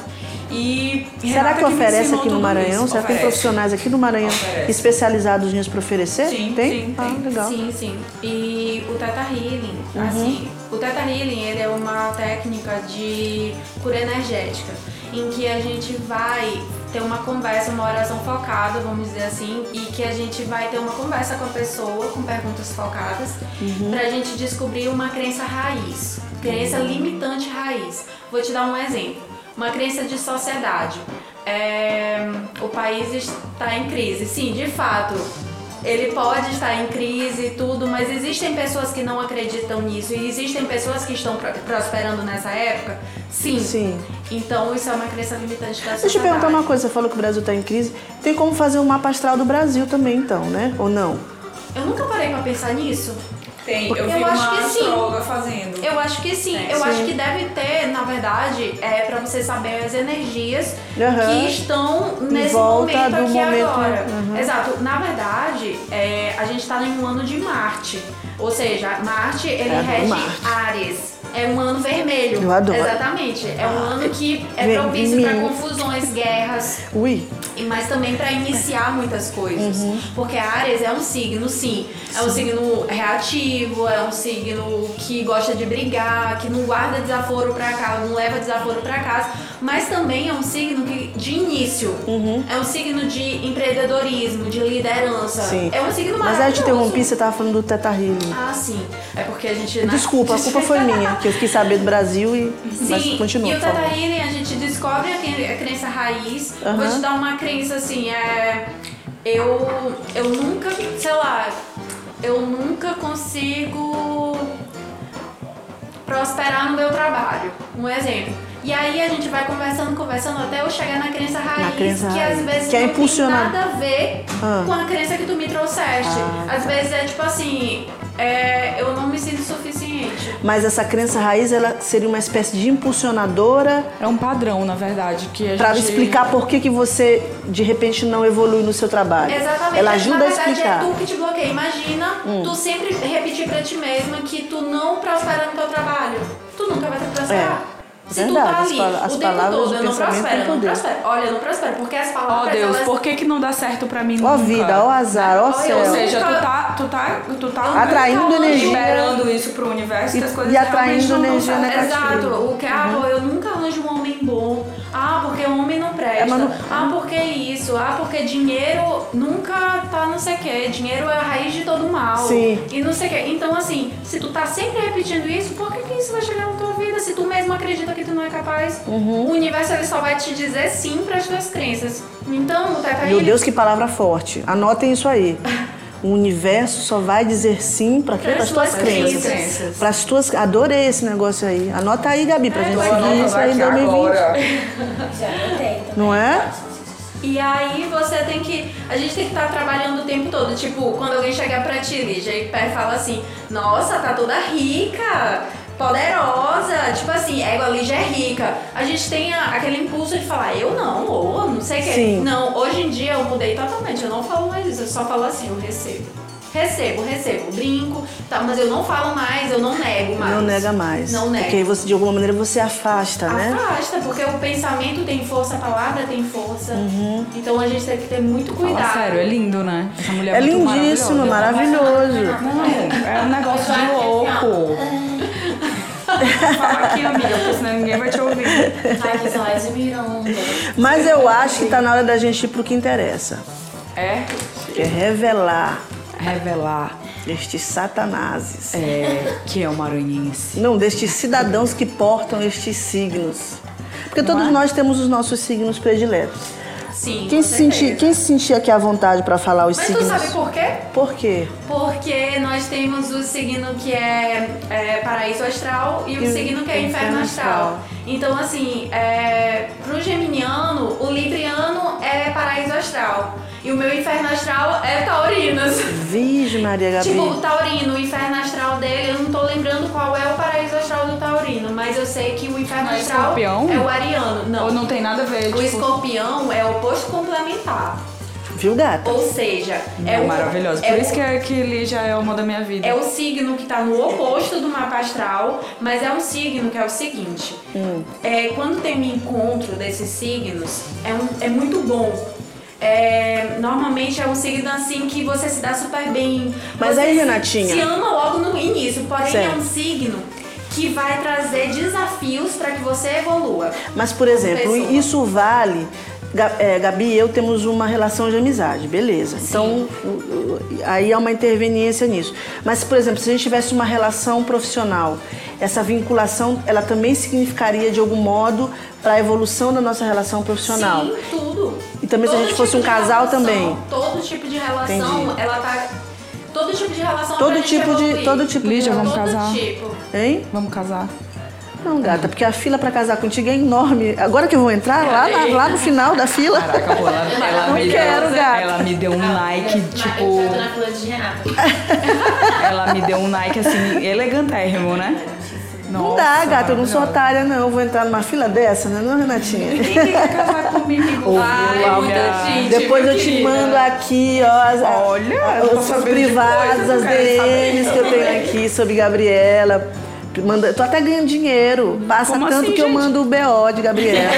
E
Será
Renata
que
me
oferece
ensinou
aqui no
tudo
Maranhão?
isso.
Será que tem
Oferece.
profissionais aqui no Maranhão
Oferece.
especializados nisso para oferecer?
Sim, sim,
Ah,
tem.
legal.
Sim, sim. E o Teta Healing, assim, o Teta Healing ele é uma técnica de cura energética, em que a gente vai ter uma conversa, uma oração focada, vamos dizer assim, e que a gente vai ter uma conversa com a pessoa, com perguntas focadas, pra gente descobrir uma crença raiz, crença limitante raiz. Vou te dar um exemplo. Uma crença de sociedade. É, o país está em crise. Sim, de fato. Ele pode estar em crise e tudo, mas existem pessoas que não acreditam nisso e existem pessoas que estão pro- prosperando nessa época? Sim.
Sim.
Então isso é uma crença limitante da sociedade.
Deixa eu te perguntar uma coisa, você falou que o Brasil está em crise. Tem como fazer um mapa astral do Brasil também, então, né? Ou não?
Eu nunca parei pra pensar nisso.
Tem, eu,
Eu
vi
acho
uma
que sim.
astróloga fazendo.
Eu acho que sim.
É,
eu
sim.
acho que deve ter, na verdade, é para você saber as energias
Aham.
que estão nesse
volta
momento
do
aqui
momento,
agora.
né?
Exato. Na verdade, é, a gente está em um ano de Marte. Ou seja, Marte ele
É,
rege
Marte.
Ares. É um ano vermelho.
Eu adoro. Ah.
Exatamente. É um ano que é
Vem,
propício para
mim.
confusões, guerras,
Ui,
e- mas também para iniciar muitas coisas.
Uhum.
Porque Ares é um signo, sim. É um signo reativo, é um signo que gosta de brigar, que não guarda desaforo pra casa, não leva desaforo pra casa. Mas também é um signo que, de início.
Uhum.
É um signo de empreendedorismo, de liderança.
Sim.
É um signo
mas
maravilhoso.
aí eu te interrompi, você tava falando do Teta Healing.
Ah, sim. É porque a gente. né?
Desculpa, a culpa foi minha, que eu fiquei sabendo do Brasil e.
Sim,
mas continua,
e o
por favor.
Teta Healing, a gente descobre a, cre- a crença raiz.
Aham.
Vou te dar uma crença assim, é... Eu, eu nunca, sei lá, eu nunca consigo prosperar no meu trabalho. Um exemplo. E aí a gente vai conversando, conversando até eu chegar na crença raiz,
crença
que
raiz,
às vezes
que é
não
impulsionar.
tem nada a ver
Ah.
com a crença que tu me trouxeste. Às vezes é tipo assim, é, eu não me sinto suficiente.
Mas essa crença raiz, ela seria uma espécie de impulsionadora
É um padrão, na verdade, que a
para
gente...
explicar por que, que você de repente não evolui no seu trabalho.
Exatamente.
Ela ajuda
Na
a
verdade,
explicar. Hum.
é tu que te bloqueia. Imagina tu sempre repetir pra ti mesma que tu não prospera no teu trabalho. Tu nunca vai prosperar.
É.
Se
Verdade, as
tu tá ali
pala- as
o tempo
palavras do
todo, eu não
pensamento
prospero,
têm
eu não
poder.
prospero. Olha, eu não prospero, porque as
Ó
palavras...
Deus,
elas...
por que que não dá certo pra mim
Ó
nunca?
vida, ó azar, ó
Ou
céu.
Ou
Eu
seja, tu
nunca-
tá, tu tá, tu tá
Atraindo
liberando
energia.
liberando isso pro universo
E-
que as coisas
e atraindo
realmente não
energia
dão certo.
negativa.
Exato, o que ah,
Uhum.
pô, eu nunca arranjo um homem bom. Ah, porque o homem não presta.
É, mas não-
Ah, porque isso. Ah, porque dinheiro nunca tá não sei o que. Dinheiro é a raiz de todo mal.
Sim.
E não sei o que. Então, assim, se tu tá sempre repetindo isso, por que, que isso vai chegar na tua vida? Se tu mesmo acredita que tu não é capaz,
Uhum.
o universo ele só vai te dizer sim pras tuas crenças. Então, o Teta
Meu
ele-
Deus, que palavra forte. Anotem isso aí. O universo só vai dizer sim para quê? Para
Pras
as tuas
suas
crenças.
crenças.
Para as tuas. Adorei esse negócio aí. Anota aí, Gabi, pra gente
eu
seguir
anoto
isso aí em 2020.
agora.
Já então notei também.
Não é?
E aí você tem que. A gente tem que estar trabalhando o tempo todo. Tipo, quando alguém chegar pra ti, Lígia, e pe- fala assim, nossa, tá toda rica, poderosa. Tipo assim, égua, a Lígia é rica. A gente tem a- aquele impulso de falar, eu não, ou não sei o que.
Sim.
Não, hoje em dia eu mudei totalmente, eu não falo mais isso, eu só falo assim, eu recebo. Recebo, recebo, brinco, tá, mas eu não falo mais, eu não nego mais.
Não nega mais.
Não nega.
Porque aí você, de alguma maneira, você afasta, né?
Afasta, porque o pensamento tem força, a palavra tem força.
Uhum.
Então a gente tem que ter muito
Fala
cuidado.
sério, é lindo, né? Essa mulher
É
muito
lindíssimo,
maravilhosa.
maravilhoso.
Não, é um negócio de louco. Fala aqui, amiga, porque senão ninguém vai te ouvir.
Ai, que são as mirondas.
Mas eu acho que tá na hora da gente ir pro que interessa.
É
Que é revelar
revelar
estes satanases.
é, que é o maranhense.
Não, destes cidadãos que portam estes signos. Porque todos nós temos os nossos signos prediletos.
Sim.
Quem
é? com
se, sentir,
certeza.
quem se sentir aqui à vontade para falar os
Mas tu
signos?
sabe por quê?
Por quê?
Porque nós temos o signo que é, é, paraíso astral e o
E o
signo que é inferno
inferno
astral.
astral.
Então, assim, é, pro geminiano, o libriano é paraíso astral. E o meu inferno astral é taurinos.
Virgem Maria Gabi.
Tipo, o taurino, o inferno astral dele, eu não tô lembrando qual é o paraíso astral do taurino, mas eu sei que o inferno
Não é
astral
escorpião?
é o ariano. Não.
Ou não tem nada a ver,
O
tipo...
escorpião é o oposto complementar.
Viu, gata?
Ou seja, é,
É
o-
maravilhoso. Por
é
isso
o-
que aquele já é o amor da minha vida.
é o signo que tá no oposto do mapa astral, mas é um signo que é o seguinte:
Hum.
é, quando tem um encontro desses signos, é, um- é muito bom. É, normalmente é um signo assim que você se dá super bem.
Mas
você
aí,
se-
Renatinha?
Se ama logo no início, porém é
Certo.
um signo que vai trazer desafios para que você evolua.
Mas, por exemplo,
Pessoa.
isso vale. Ga- é, Gabi e eu temos uma relação de amizade, beleza. Então, o- o- aí há uma interveniência nisso. Mas, por exemplo, se a gente tivesse uma relação profissional, essa vinculação, ela também significaria, de algum modo, para a evolução da nossa relação profissional.
Sim, tudo. tipo
E também se a gente fosse um
de
casal
relação,
também.
Todo tipo de relação,
Entendi.
ela tá. Todo tipo de relação
Todo
pra gente
tipo de-
evoluir.
todo tipo de
Lígia, vamos
Todo
casar?
tipo.
Hein?
Vamos casar.
Não, gata, porque a fila para casar contigo é enorme. Agora que eu vou entrar, lá, na- lá no final da fila.
Caraca, pô, ela, ela
Não
me
quero,
deu,
gata.
Ela me deu um Nike, tipo.
Eu tô na fila de Renata.
Ela me deu um Nike assim, elegantérrimo, né?
Não dá, gata, eu não sou otária, não. Eu vou entrar numa fila dessa, né, não, Renatinha?
Quem quer casar comigo?
Ai,
Olha.
muita gente.
Depois
viu,
eu te
querida?
mando aqui, ó, as, a-
Olha,
a-
eu tô
os
sabendo de
privados,
coisas,
as
eu quero saber.
DMs que eu tenho aqui sobre Gabriela. Manda, tô até ganhando dinheiro. Passa
Como
tanto
assim,
que eu
gente?
mando o BO de Gabriela.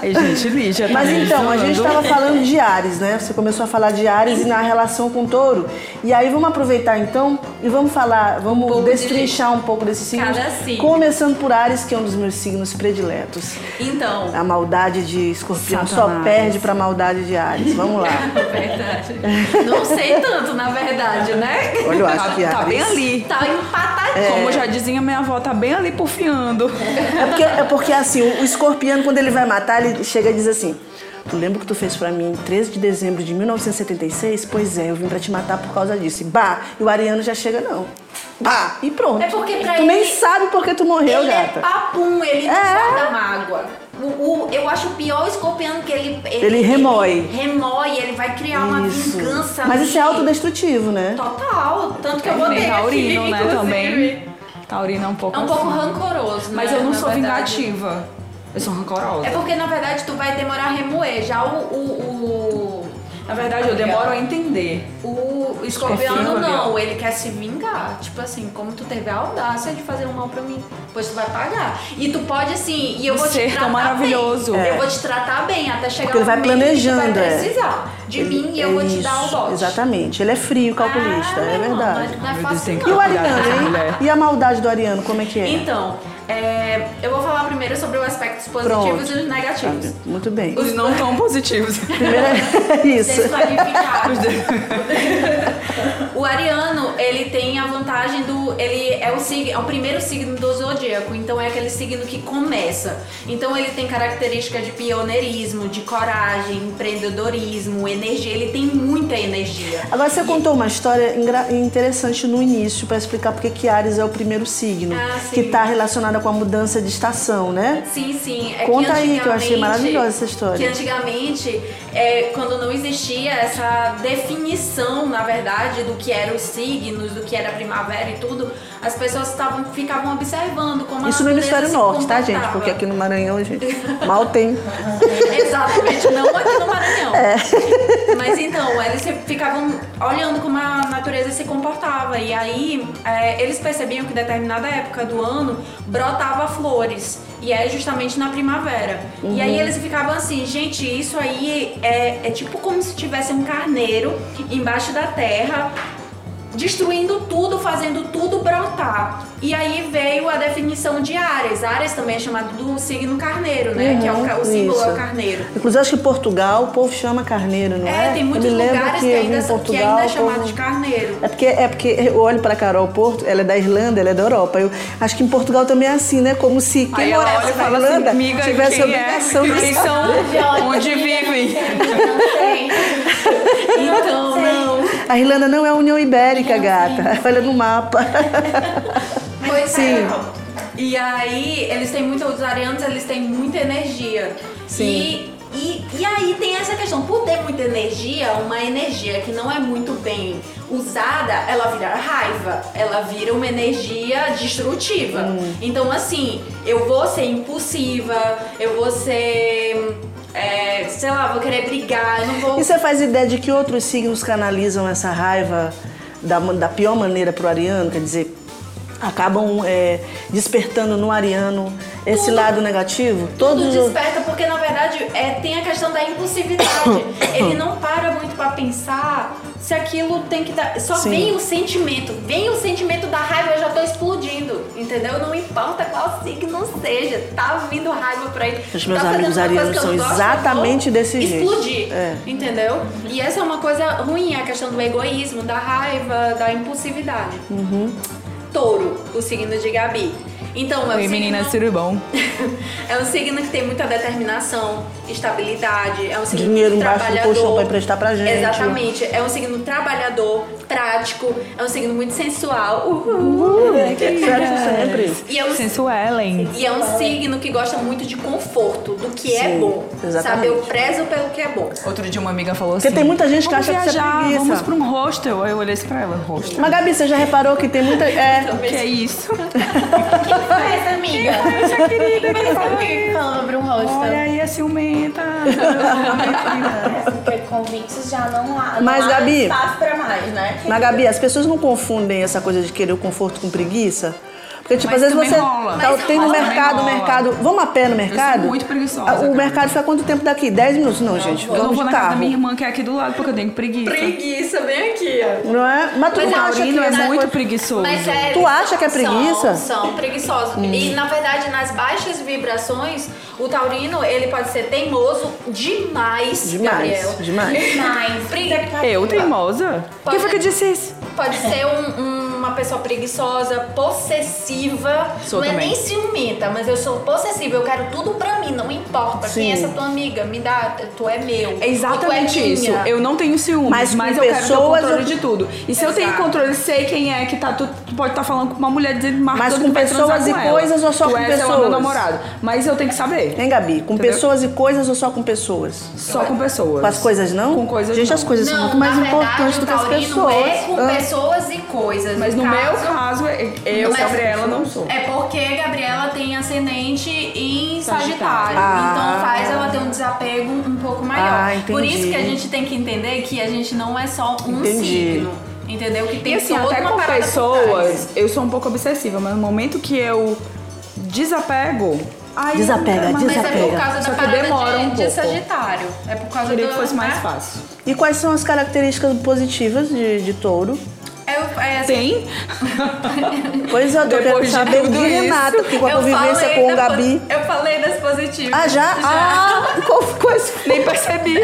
Ai, gente, Lígia, tá
Mas
me
então, a gente
zoando.
tava falando de Ares, né? Você começou a falar de Ares e na relação com o touro. E aí vamos aproveitar então e vamos falar, vamos
pouco de-
destrinchar um pouco desses signos.
Cada signo.
Começando por Ares, que é um dos meus signos prediletos.
Então,
A maldade de escorpião só
Satanás.
perde pra maldade de Ares. Vamos lá.
na verdade. Não sei tanto, na verdade, né?
Olha, eu acho
Tá,
que
tá
Ares.
bem ali.
Tá empatadinho.
Como já dizia minha avó, tá bem ali porfiando.
É porque, é porque assim, o escorpião, quando ele vai matar, ele chega e diz assim: Tu lembra o que tu fez pra mim em 13 de dezembro de 1976? Pois é, eu vim pra te matar por causa disso. E bah, e o Ariano já chega, não. Bah, e pronto.
É porque pra
tu
ele-
nem sabe por que tu morreu,
ele
gata.
é papum, ele não
É.
guarda mágoa. O, o- eu acho o pior escorpião que ele...
Ele remói.
Ele remói, ele vai criar é uma vingança. Então,
Mas isso é
nele.
autodestrutivo, né?
Total. Tanto que eu botei aqui,
Taurino, né,
inclusive.
também. Taurino é um pouco
É um pouco
assim.
rancoroso, né,
Mas eu não
na
sou
verdade.
vingativa. Eu sou rancorosa.
É porque, na verdade, tu vai demorar a remoer. Já o... o, o-
Na verdade, eu demoro a entender.
O escorpião
Escorpião,
não, ele quer se vingar. Tipo assim, como tu teve a audácia de fazer um mal pra mim, pois tu vai pagar. E tu pode assim, e eu vou
Ser
te
tão
tratar
maravilhoso.
Bem.
É.
Eu vou te tratar bem até chegar
Porque ele
no
vai
momento que tu
planejando, é.
vai precisar de mim e eu vou te dar o
Isso,
bote.
Exatamente. Ele é frio, calculista,
Ah,
é
meu irmão,
verdade.
Não é
Meu Deus,
fácil
tem que
E o
não.
Cuidado
Ariano,
dessa
hein?
mulher.
E a maldade do Ariano, como é que é?
Então, é, eu vou falar primeiro sobre os aspectos
Pronto.
positivos e os negativos.
Muito bem.
Os não tão positivos.
Primeiro é isso.
Desqualificados. O Ariano, ele tem a vantagem do. Ele é o, signo, é o primeiro signo do zodíaco, então é aquele signo que começa. Então ele tem características de pioneirismo, de coragem, empreendedorismo, energia. Ele tem muita energia.
Agora você contou uma história engra- interessante no início para explicar porque que Ares é o primeiro signo
Ah, sim.
que está relacionada com a mudança de estação, né?
Sim, sim. É
Conta aí, que eu
antigamente-
achei maravilhosa essa história.
Que antigamente, é, quando não existia essa definição, na verdade, do que eram os signos, do que era a primavera e tudo, as pessoas tavam, ficavam observando como a
Isso no
natureza
hemisfério
se
norte, tá, gente?
comportava.
Porque aqui no Maranhão, gente, mal tem.
Exatamente, não aqui no Maranhão. Mas então, eles ficavam olhando como a natureza se comportava. E aí, é, eles percebiam que determinada época do ano brotava flores. E é justamente na primavera. E aí eles ficavam assim, gente, isso aí é, é tipo como se tivesse um carneiro embaixo da terra destruindo tudo, fazendo tudo brotar. E aí veio a definição de Ares. Ares também é chamado do signo carneiro, né? que é o, ca- o símbolo é
isso.
o carneiro.
Inclusive, acho que em Portugal o povo chama carneiro, não é?
É, tem muitos
Eu me lembro
lugares que,
eu vi
ainda,
em
são- que
Portugal,
ainda é
o povo-
chamado de carneiro.
É porque, é porque eu olho pra Carol Porto, ela é da Irlanda, ela é da Europa. Eu acho que em Portugal também é assim, né? Como se quem
Aí ela
morasse
olha e
na
fala
Irlanda
assim, miga,
tivesse a
quem é?
obrigação
Quem
de
são? Onde vivem?
Não sei.
Então, não.
A Irlanda não é a União Ibérica, gata. Olha no mapa.
Pois
Sim.
é. E aí, eles têm muito, os arianos, eles têm muita energia.
Sim.
E, e, e aí tem essa questão, por ter muita energia, uma energia que não é muito bem usada, ela vira raiva, ela vira uma energia destrutiva.
Hum.
Então, assim, eu vou ser impulsiva, eu vou ser, é, sei lá, vou querer brigar, eu não vou...
E você faz ideia de que outros signos canalizam essa raiva da, ma- da pior maneira pro ariano? Quer dizer, acabam é, despertando no ariano esse lado negativo? Todos
tudo
os-
desperta, porque na verdade é, tem a questão da impulsividade. Ele não para muito pra pensar se aquilo tem que dar. Só
Sim.
vem o sentimento, vem o sentimento da raiva, eu já tô explodindo, entendeu? Não importa qual signo seja, tá vindo raiva pra ele.
Os
tá
meus
fazendo
amigos
uma coisa
arianos
que eu
são
gosto, eu
exatamente
vou
desse jeito.
Explodir,
É.
entendeu? E essa é uma coisa ruim, a questão do egoísmo, da raiva, da impulsividade.
Uhum.
Touro, o signo de Gabi. Então, é o
Oi, menina
signo-
ciribão.
é um signo que tem muita determinação, estabilidade, é um signo
Dinheiro embaixo do
trabalhador.
colchão pra emprestar pra gente.
Exatamente, é um signo trabalhador, prático, é um signo muito sensual. Uhul.
Certo sempre.
E é um
Sensuelen.
e é um signo que gosta muito de conforto, do que é
Sim,
bom.
exatamente.
Sabe, eu prezo pelo que é bom.
Outro dia uma amiga falou assim.
Porque tem muita gente que
"Vamos
acha que isso é
viajar,
preguiça."
Vamos pra um hostel. Aí eu olhei assim pra ela, hostel.
Mas, Gabi, você já reparou que tem muita... É,
Que é isso?
Mas, amiga. Mas sabe o que falou sobre um
Olha
rosto?
aí, é ciumenta.
é, assim, Porque convites já não há. não
Mas,
há
Gabi-
Espaço pra mais, né?
Mas, Gabi, as pessoas não confundem essa coisa de querer o conforto com preguiça? Porque, tipo,
Mas
às vezes
também
você
rola.
tá-
Mas
tem no
rola.
mercado, o
Também
mercado. Vamos a pé no mercado?
muito preguiçosa,
Ah, O
cara.
mercado fica quanto tempo daqui? 10 minutos? Não, gente.
Eu não
vamos
vou
de
na casa da
carro.
minha irmã, que é aqui do lado, porque eu tenho preguiça.
Preguiça, bem aqui, ó.
Não é? Mas tu
Mas
não
eu
acha
acho
que
Taurino é
essa
muito
coisa...
preguiçoso.
Mas é,
Tu acha que é preguiça?
São, são preguiçosos.
Hum.
E na verdade, nas baixas vibrações, o taurino ele pode ser teimoso demais, Gabriel.
Demais, demais.
Mas,
Pre-
Eu, teimosa? Quem foi que disse isso?
Pode ser um- um- uma pessoa preguiçosa, possessiva.
Sou
não
também.
é nem ciumenta, mas eu sou possessiva. Eu quero tudo pra mim, não importa. Quem é
Sim.
essa tua amiga? Me dá, tu é meu.
É exatamente
tu é minha.
isso. Eu não tenho ciúmes,
Mas
mas,
com
eu quero ter o
pessoas,
controle
eu-
de tudo. E se eu tenho
Exato.
controle, eu sei quem é que tá. Tu, tu pode estar falando com uma mulher dizendo
Mas
marcando
com
que vai transar
pessoas e
com ela.
coisas ou só
tu
com
é, Sei lá,
pessoas?
meu namorado. Mas eu tenho que saber.
Hein, Gabi? Com
Entendeu?
pessoas e coisas ou só com pessoas?
Só com pessoas.
Com as coisas, não?
Com coisas
Gente,
não.
as coisas são muito mais
na verdade,
importantes
o
do que as
taurino
pessoas.
É com
Ah.
pessoas e coisas.
Mas no meu
caso,
caso, é, eu,
Mas-
Gabriela, não sou.
É porque Gabriela tem ascendente em Sagitário.
Ah.
Então faz ela ter um desapego um pouco maior.
Ah, entendi.
Por isso que a gente tem que entender que a gente não é só um
Entendi.
signo. Entendeu? Que tem
E assim,
toda
até
uma
com
parada por trás.
pessoas, eu sou um pouco obsessiva, mas no momento que eu desapego. Aí
Desapega,
mas
Mas é por
Desapega.
Só
causa da
que
parada
demora
de,
um
de
pouco.
Sagitário. É por
Eu
causa
queria
do.
que fosse mais
né?
fácil.
E quais são as características positivas de, de touro?
É, o- é assim,
Tem?
Pois é, eu tô
Depois
querendo
de
saber
tudo
de
isso,
Renata, que com a
eu
convivência
falei
com o
da-
Gabi.
Eu falei das positivas.
Ah, já? Ah, qual ficou esse
Nem percebi.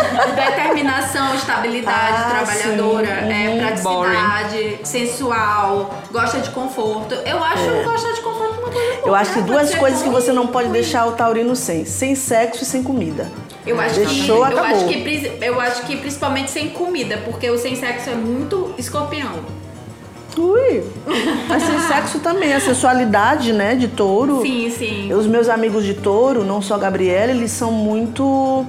Determinação, estabilidade,
Ah,
trabalhadora,
sim.
é,
Uhum.
praticidade, sensual, gosta de conforto. Eu acho que gostar de conforto uma coisa boa.
É. Eu acho que
né?
duas
Pode ser
coisas que
bom.
você não pode deixar o taurino sem. Sem sexo e sem comida.
Eu acho
Deixou,
que, eu
acabou.
acho que pris- eu acho que principalmente sem comida, porque o sem sexo é muito escorpião.
Ui! Mas sem sexo também, a sensualidade, né, de touro.
Sim, sim.
Os meus amigos de touro, não só a Gabriela, eles são muito.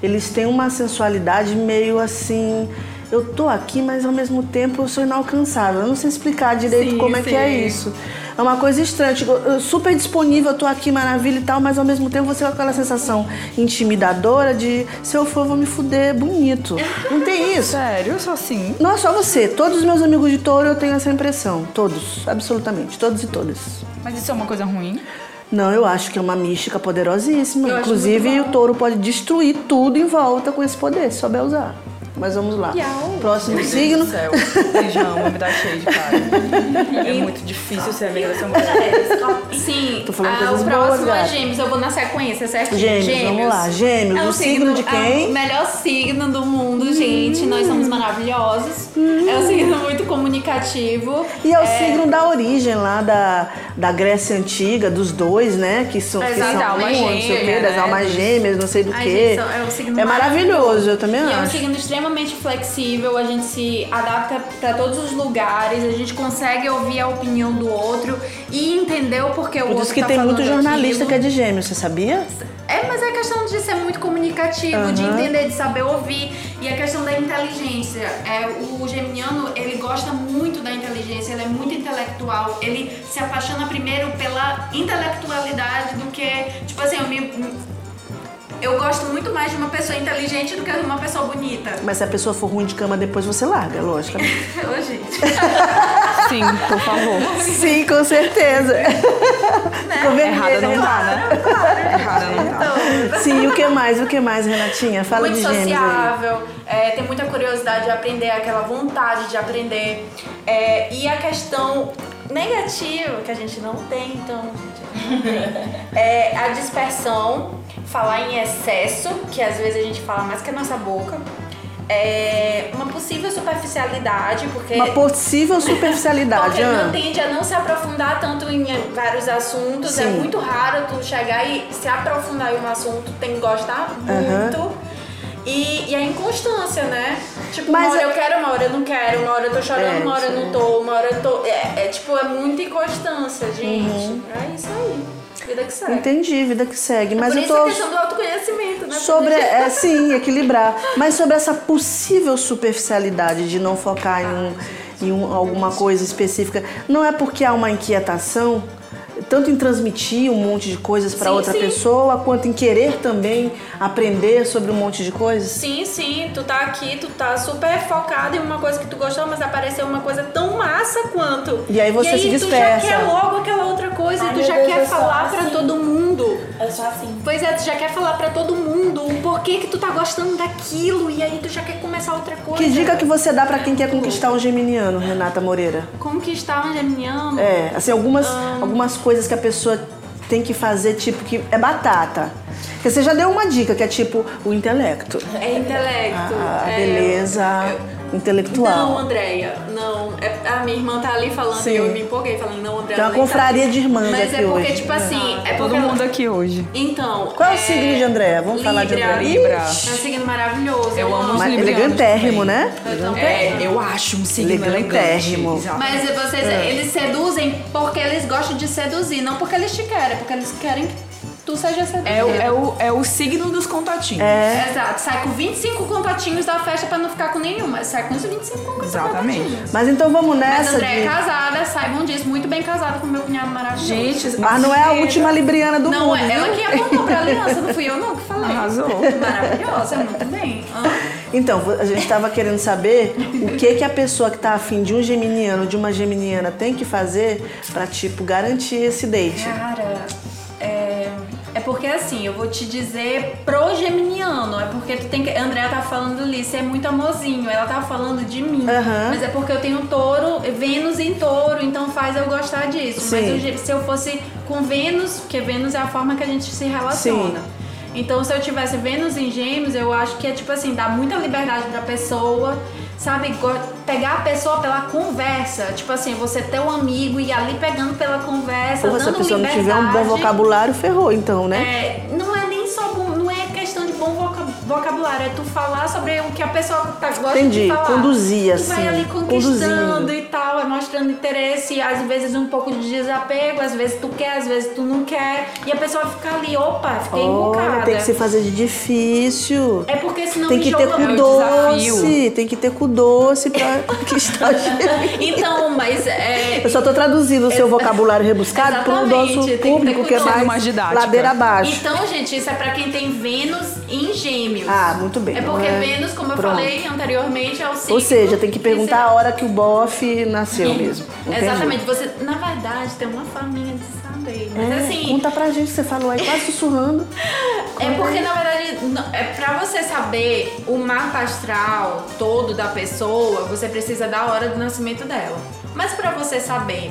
Eles têm uma sensualidade meio assim. Eu tô aqui, mas ao mesmo tempo eu sou inalcançável. Eu não sei explicar direito
Sim,
como é que é
sim.
isso. É uma coisa estranha. Tipo, eu super disponível, eu tô aqui, maravilha e tal, mas ao mesmo tempo você com aquela sensação intimidadora de se eu for, eu vou me fuder bonito. Não tem isso.
Sério, eu sou assim.
Não é só você, todos os meus amigos de touro eu tenho essa impressão. Todos, absolutamente, todos e todas.
Mas isso é uma coisa ruim.
Não, eu acho que é uma mística poderosíssima.
Eu acho
Inclusive,
muito
o touro pode destruir tudo em volta com esse poder, se souber usar. Mas vamos lá.
Iau.
Próximo signo.
Céu. Beijão, uma me dá cheio de cara. É muito difícil ser amiga dessa mulher.
Sim,
Tô falando
ah,
coisas
o
boas,
próximo é
gata.
gêmeos, eu vou na sequência, certo?
Gêmeos, vamos lá. Gêmeos,
É um
o signo de quem? Hum.
é o melhor signo do mundo, gente. Nós somos maravilhosos. É um signo muito comunicativo.
E é o signo da origem lá da, da Grécia Antiga, dos dois, né? Que são, que
Exato,
são
almas
um, não sei o quê,
gêmeas,
das
né?
almas gêmeas, não sei do
Ai,
quê.
gente, é um signo
É maravilhoso, eu também
E é um
acho.
signo extremamente flexível, a gente se adapta pra todos os lugares, a gente consegue ouvir a opinião do outro e entender o porquê o
Por
outro
isso que
tá
tem muito
falando
jornalista
aquilo.
que é de gêmeos, você sabia?
É, mas é questão de ser muito comunicativo, de
Aham.
entender, de saber ouvir. E a questão da inteligência. É, o geminiano, ele gosta muito da inteligência, ele é muito intelectual. Ele se apaixona primeiro pela intelectualidade do que, tipo assim, eu, me- eu gosto muito mais de uma pessoa inteligente do que de uma pessoa bonita.
Mas se a pessoa for ruim de cama, depois você larga, logicamente.
Ô, gente.
Sim, por favor.
Sim, com certeza. Ficou
Errada
vermelha,
não tá, né? Errada não tá.
Sim, o que mais? O que mais, Renatinha? Fala
muito
de gêmeos aí.
sociável, é, tem muita curiosidade de aprender, aquela vontade de aprender. É, e a questão negativa, que a gente não tem, então. gente, não tem, é a dispersão, falar em excesso, que às vezes a gente fala mais que a nossa boca. É, uma possível superficialidade, porque.
Uma possível superficialidade,
Porque não
Ana.
tende a não se aprofundar tanto em vários assuntos. É
Sim.
muito raro tu chegar e se aprofundar em um assunto, tem que gostar muito. E, e a inconstância, né? Tipo,
Mas
uma hora
a-
eu quero, uma hora eu não quero, uma hora eu tô chorando,
É,
uma hora eu
isso
não tô, uma hora eu tô. É, é, tipo, é muita inconstância, gente. É isso aí. Vida que segue.
Uhum. Entendi, vida que segue. Mas
Por
eu
isso
tô.
a questão do autoconhecimento, né?
Sobre,
Porque-
é, sim, equilibrar. Mas sobre essa possível superficialidade de não focar em, um- em um- alguma coisa específica, não é porque há uma inquietação, tanto em transmitir um monte de coisas para
Sim,
outra
sim.
pessoa, quanto em querer também aprender sobre um monte de coisas?
Sim, sim, tu tá aqui, tu tá super focado em uma coisa que tu gostou, mas apareceu uma coisa tão massa quanto.
E aí você
e aí
se
Tu
dispersa.
já quer logo aquela outra coisa,
Ai,
e tu
meu
já
Deus,
quer
eu sou
falar
assim.
pra todo mundo.
Eu sou assim.
Pois é, tu já quer falar pra todo mundo o porquê que tu tá gostando daquilo, e aí tu já quer começar outra coisa.
Que dica que você dá para quem quer conquistar um geminiano, Renata Moreira?
Conquistar um geminiano.
É, assim, algumas, algumas coisas que a pessoa tem que fazer, tipo, que é batata. Porque você já deu uma dica, que é tipo o intelecto.
É intelecto.
A Ah,
é-
beleza intelectual.
Não, Andréia, não. É- A minha irmã tá ali falando
Sim.
e eu me empolguei falando, não, Andréia.
Tem uma
nem tá
confraria
aqui.
de irmãs
Mas
aqui
é porque,
hoje.
tipo assim, é
Todo
porque-
mundo aqui hoje.
Então.
Qual é o signo de Andréia? Vamos falar de
Libra.
Andréia.
Libra.
É um signo maravilhoso. então.
Eu amo os
Mas
Librianos
elegantérrimo, né?
Eu também.
É, eu acho um signo
Elegantérrimo.
elegante. Exato.
Mas vocês,
É.
eles seduzem porque eles gostam de seduzir, não porque eles te querem, porque eles querem que tu seja seduzido.
É o, é, o, é o signo dos contatinhos.
É.
Exato, sai com 25 contatinhos da festa pra não ficar com nenhum, mas sai com os 25 contatinhos.
Exatamente.
Mas então vamos
Mas
nessa.
André é
de-
casada, saibam disso, muito bem casada com meu cunhado maravilhoso.
Gente, assim,
Mas não é a última libriana do
não,
mundo.
é ela
viu?
que apontou pra aliança, não fui eu não que falei.
Arrasou.
Maravilhosa, muito bem. Ah,
Então, vo- a gente estava querendo saber o que que a pessoa que está afim de um geminiano, de uma geminiana, tem que fazer para tipo, garantir esse date.
Cara, é... é porque assim, eu vou te dizer pro geminiano, é porque tu tem que. A Andrea tá falando ali, você é muito amorzinho, ela tá falando de mim.
Aham.
Mas é porque eu tenho touro, Vênus em touro, então faz eu gostar disso.
Sim.
Mas o ge- se eu fosse com Vênus, porque Vênus é a forma que a gente se relaciona.
Sim.
Então, se eu tivesse Vênus em Gêmeos, eu acho que é tipo assim, dar muita liberdade pra pessoa, sabe? Go- Pegar a pessoa pela conversa. Tipo assim, você ter um amigo e ir ali pegando pela conversa,
Ou se a
dando
pessoa não
liberdade.
tiver um bom vocabulário, ferrou, então, né?
É, não é nem só bom, não é questão de bom voca- vocabulário, é tu falar sobre o que a pessoa tá gosta
Entendi,
de falar.
conduzir,
Tu
assim,
vai ali
conduzindo.
conquistando e tal, é mostrando interesse, às vezes um pouco de desapego, às vezes tu quer, às vezes tu não quer, e a pessoa fica ali, opa, fiquei
Olha,
embucada.
tem que se fazer de difícil.
É porque senão
Tem que ter
enjoa. É
com doce, tem que ter com doce pra conquistar o geminiano.
Então, mas é,
Eu só tô traduzindo o seu vocabulário rebuscado pro
Exatamente,
nosso
tem que ter
público que é
cuidado.
mais,
Mais didática.
ladeira abaixo.
Então, gente, isso é pra quem tem Vênus em Gêmeos.
Ah, muito bem.
É porque
Não é-
Vênus, como eu
Pronto.
falei anteriormente, é o signo.
Ou seja, tem que perguntar
se-
a hora que o bofe nasceu mesmo. Entendi.
Exatamente. Você, na verdade, tem uma forminha de saber. sei. Mas
É,
assim,
Conta pra gente, você falou aí quase sussurrando.
é porque na verdade, não- é pra você saber o mapa astral todo da pessoa, você precisa da hora do nascimento dela. Mas pra você saber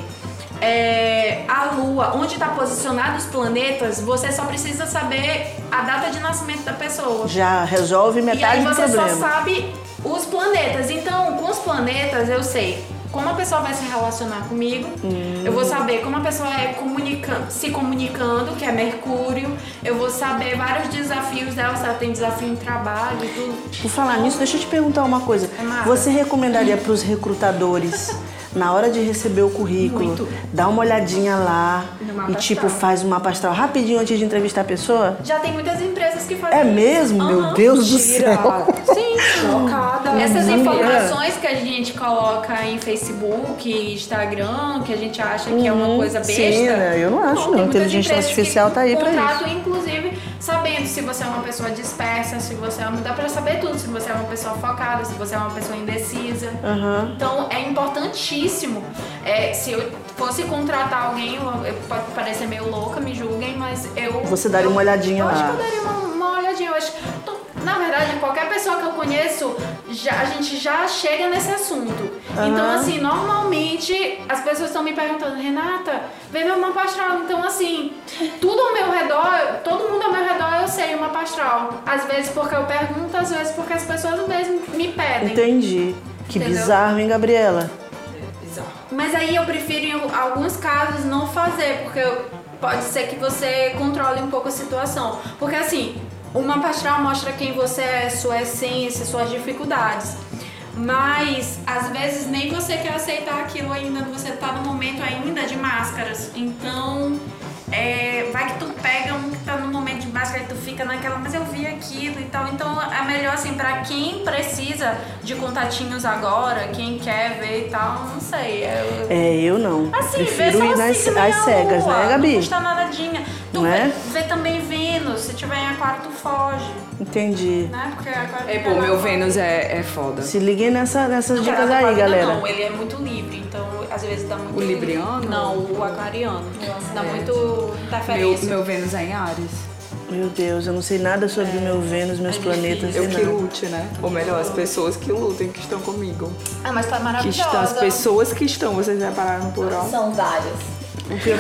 é, a lua, onde tá posicionado os planetas, você só precisa saber a data de nascimento da pessoa.
Já resolve
E aí
metade do
você
problema.
só sabe os planetas. Então, com os planetas, eu sei como a pessoa vai se relacionar comigo. Eu vou saber como a pessoa é comunicando, se comunicando, que é Mercúrio. Eu vou saber vários desafios dela, se ela tem desafio em trabalho e tudo.
Por falar nisso, deixa eu te perguntar uma coisa.
Amada.
Você recomendaria pros recrutadores, na hora de receber o currículo, dar uma olhadinha lá
No mapa
e tipo
astral.
faz um mapa astral rapidinho antes de entrevistar a pessoa?
Já tem muitas empresas que fazem
É
isso.
mesmo? Meu
Aham.
Deus do céu!
Sim,
Chocada.
Essas
Menina.
informações que a gente coloca em Facebook, Instagram, que a gente acha que é uma
Hum,
coisa besta.
sim, né? Eu não acho, não.
tem muitas
Inteligência
empresas
artificial
que
tá aí pra
contratam, inclusive, sabendo se você é uma pessoa dispersa, se você é uma... Dá pra saber tudo, se você é uma pessoa focada, se você é uma pessoa indecisa.
Aham.
Então, é importantíssimo. É, se eu fosse contratar alguém, eu- eu- pode parecer meio louca, me julguem, mas eu...
Você daria
eu-
uma olhadinha
eu acho
lá.
que eu daria uma, uma olhadinha. Eu acho, tô- na verdade, qualquer pessoa que eu conheço, já- a gente já chega nesse assunto. Então, assim, normalmente as pessoas estão me perguntando, Renata, vê meu mapa astral. Então, assim, tudo ao meu redor, todo mundo ao meu redor, eu sei o mapa astral. Às vezes porque eu pergunto, às vezes porque as pessoas mesmo me pedem.
Entendi. Que
Entendeu?
bizarro, hein, Gabriela?
Mas aí eu prefiro, em alguns casos, não fazer, porque pode ser que você controle um pouco a situação. Porque assim, o mapa astral mostra quem você é, sua essência, suas dificuldades. Mas às vezes nem você quer aceitar aquilo ainda, você tá no momento ainda de máscaras. Então, é, vai que tu pega um que tá no momento de máscara e tu fica naquela, mas eu vi aquilo e tal. Então é melhor assim, pra quem precisa de contatinhos agora, quem quer ver e tal, não sei. é-
É, eu não.
Assim,
Prefiro
vê
ir
só
nas,
signo e
às
a
cegas,
lua,
né, Gabi?
Não custa nadinha. Tu
Não
vê,
é?
vê também Vênus, se tiver em aquário tu foge,
Entendi.
né? Porque aquário
É, pô, meu Vênus é, é foda.
Se liguem nessa, nessas
Não,
dicas
mas
aí,
aquariano
galera.
Não, ele é muito livre, então às vezes dá muito.
O libriano?
Não, o aquariano. dá
é.
muito
Meu,
interferência.
meu Vênus é em Ares.
Meu Deus, eu não sei nada sobre o meu Vênus, meus
é
planetas.
difícil.
Eu
sei
que
não.
lute, né? Ou melhor, as pessoas que lutem, que estão comigo.
Ah, mas tá
Que estão, as
maravilhosa.
pessoas que estão, vocês repararam no plural?
São várias.